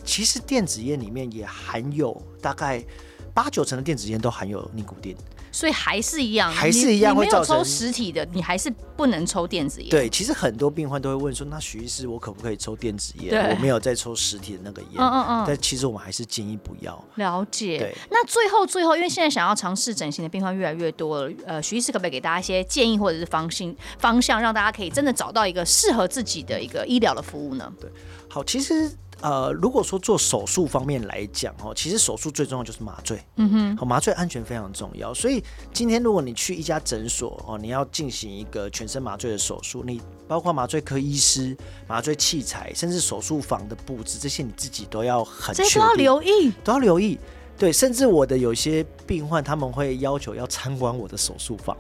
Speaker 5: 其实电子烟里面也含有大概八九成的电子烟都含有尼古丁。
Speaker 4: 所以还是一样，
Speaker 5: 还
Speaker 4: 你
Speaker 5: 是一样
Speaker 4: 你
Speaker 5: 会
Speaker 4: 没有
Speaker 5: 造
Speaker 4: 抽
Speaker 5: 成
Speaker 4: 实体的，你还是不能抽电子烟。，
Speaker 5: 对，其实很多病患都会问说，那许医师，我可不可以抽电子烟？
Speaker 4: 对
Speaker 5: 我没有在抽实体的那个烟。
Speaker 4: 嗯嗯嗯，
Speaker 5: 但其实我们还是建议不要。
Speaker 4: 了解
Speaker 5: 对。
Speaker 4: 那最后最后，因为现在想要尝试整形的病患越来越多了，呃，徐医师可不可以给大家一些建议或者是方向方向，让大家可以真的找到一个适合自己的一个医疗的服务呢？
Speaker 5: 好，其实呃，如果说做手术方面来讲哦，其实手术最重要就是麻醉，嗯哼，好，麻醉安全非常重要。所以今天如果你去一家诊所哦，你要进行一个全身麻醉的手术，你包括麻醉科医师、麻醉器材，甚至手术房的布置，这些你自己都要很
Speaker 4: 这
Speaker 5: 确
Speaker 4: 些都要
Speaker 5: 定
Speaker 4: 留意。
Speaker 5: 都要留意。对，甚至我的有些病患，他们会要求要参观我的手术房。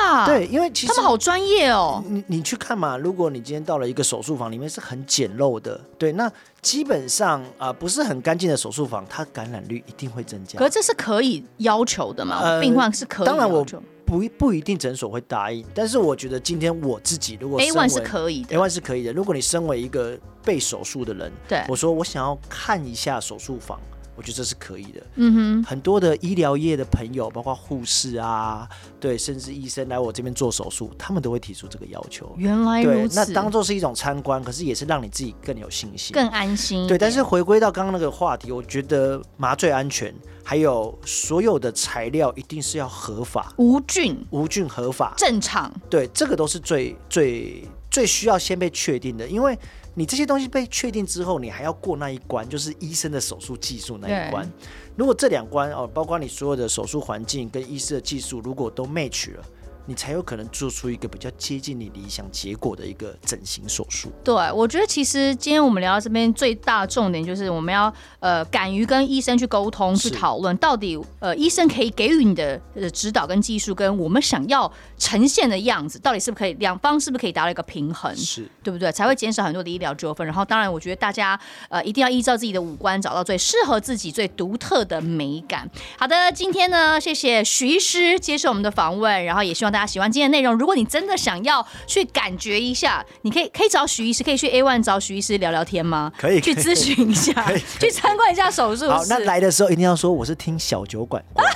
Speaker 4: 那，
Speaker 5: 对，因为其实
Speaker 4: 啊他们好专业哦。
Speaker 5: 你你去看嘛，如果你今天到了一个手术房，里面是很简陋的，对，那基本上啊、呃不是很干净的手术房，它感染率一定会增加
Speaker 4: 可。是这是可以要求的嘛？
Speaker 5: 呃
Speaker 4: 病患是可以
Speaker 5: 当然
Speaker 4: 要
Speaker 5: 我
Speaker 4: 求
Speaker 5: 不不一定诊所会答应，但是我觉得今天我自己如果
Speaker 4: ，A one 是
Speaker 5: 身为
Speaker 4: 可以的。
Speaker 5: A one 是可以的。如果你身为一个被手术的人，
Speaker 4: 对
Speaker 5: 我说我想要看一下手术房，我觉得这是可以的。
Speaker 4: 嗯
Speaker 5: 很多的医疗业的朋友，包括护士啊，对，甚至医生来我这边做手术，他们都会提出这个要求
Speaker 4: 哼，。原来
Speaker 5: 对
Speaker 4: 如，此
Speaker 5: 那，当做是一种参观，可是也是让你自己更有信心。
Speaker 4: 更安心一点。
Speaker 5: 对，但是回归到刚刚那个话题，我觉得麻醉安全，还有所有的材料一定是要合法、
Speaker 4: 无菌
Speaker 5: 无菌合法。
Speaker 4: 正常，
Speaker 5: 对，这个都是最最最需要先被确定的，因为你这些东西被确定之后，你还要过那一关，就是医生的手术技术那
Speaker 4: 对
Speaker 5: 一关。如果这两关哦，包括你所有的手术环境跟医师的技术，如果都 match 了。你才有可能做出一个比较接近你理想结果的一个整形手术。
Speaker 4: 对，我觉得其实今天我们聊到这边，最大的重点就是我们要呃敢于跟医生去沟通、去
Speaker 5: 是
Speaker 4: 讨论，到底呃医生可以给予你的呃指导跟技术，跟我们想要呈现的样子，到底是不是可以两方是不是可以达到一个平衡？
Speaker 5: 是，
Speaker 4: 对不对？才会减少很多的医疗纠纷。然后，当然，我觉得大家呃一定要依照自己的五官，找到最适合自己、最独特的美感。好的，今天呢，谢谢徐医师接受我们的访问，然后也希望大家喜欢今天的内容。如果你真的想要去感觉一下，你可以可以找徐医师，可以去 A One 找徐医师聊聊天吗？
Speaker 5: 可以
Speaker 4: 去咨询一下，去参观一下手术室。
Speaker 5: 好，那来的时候一定要说我是听小酒馆过来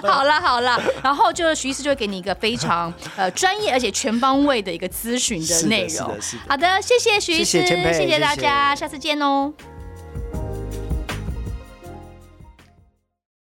Speaker 5: 的
Speaker 4: 好啦好啦，然后就是徐医师就会给你一个非常呃专业而且全方位的一个咨询的
Speaker 5: 是的
Speaker 4: 内
Speaker 5: 是
Speaker 4: 容
Speaker 5: 的是的。
Speaker 4: 好的，谢谢徐医师，
Speaker 5: 谢谢千佩
Speaker 4: 谢谢大家，下次见哦。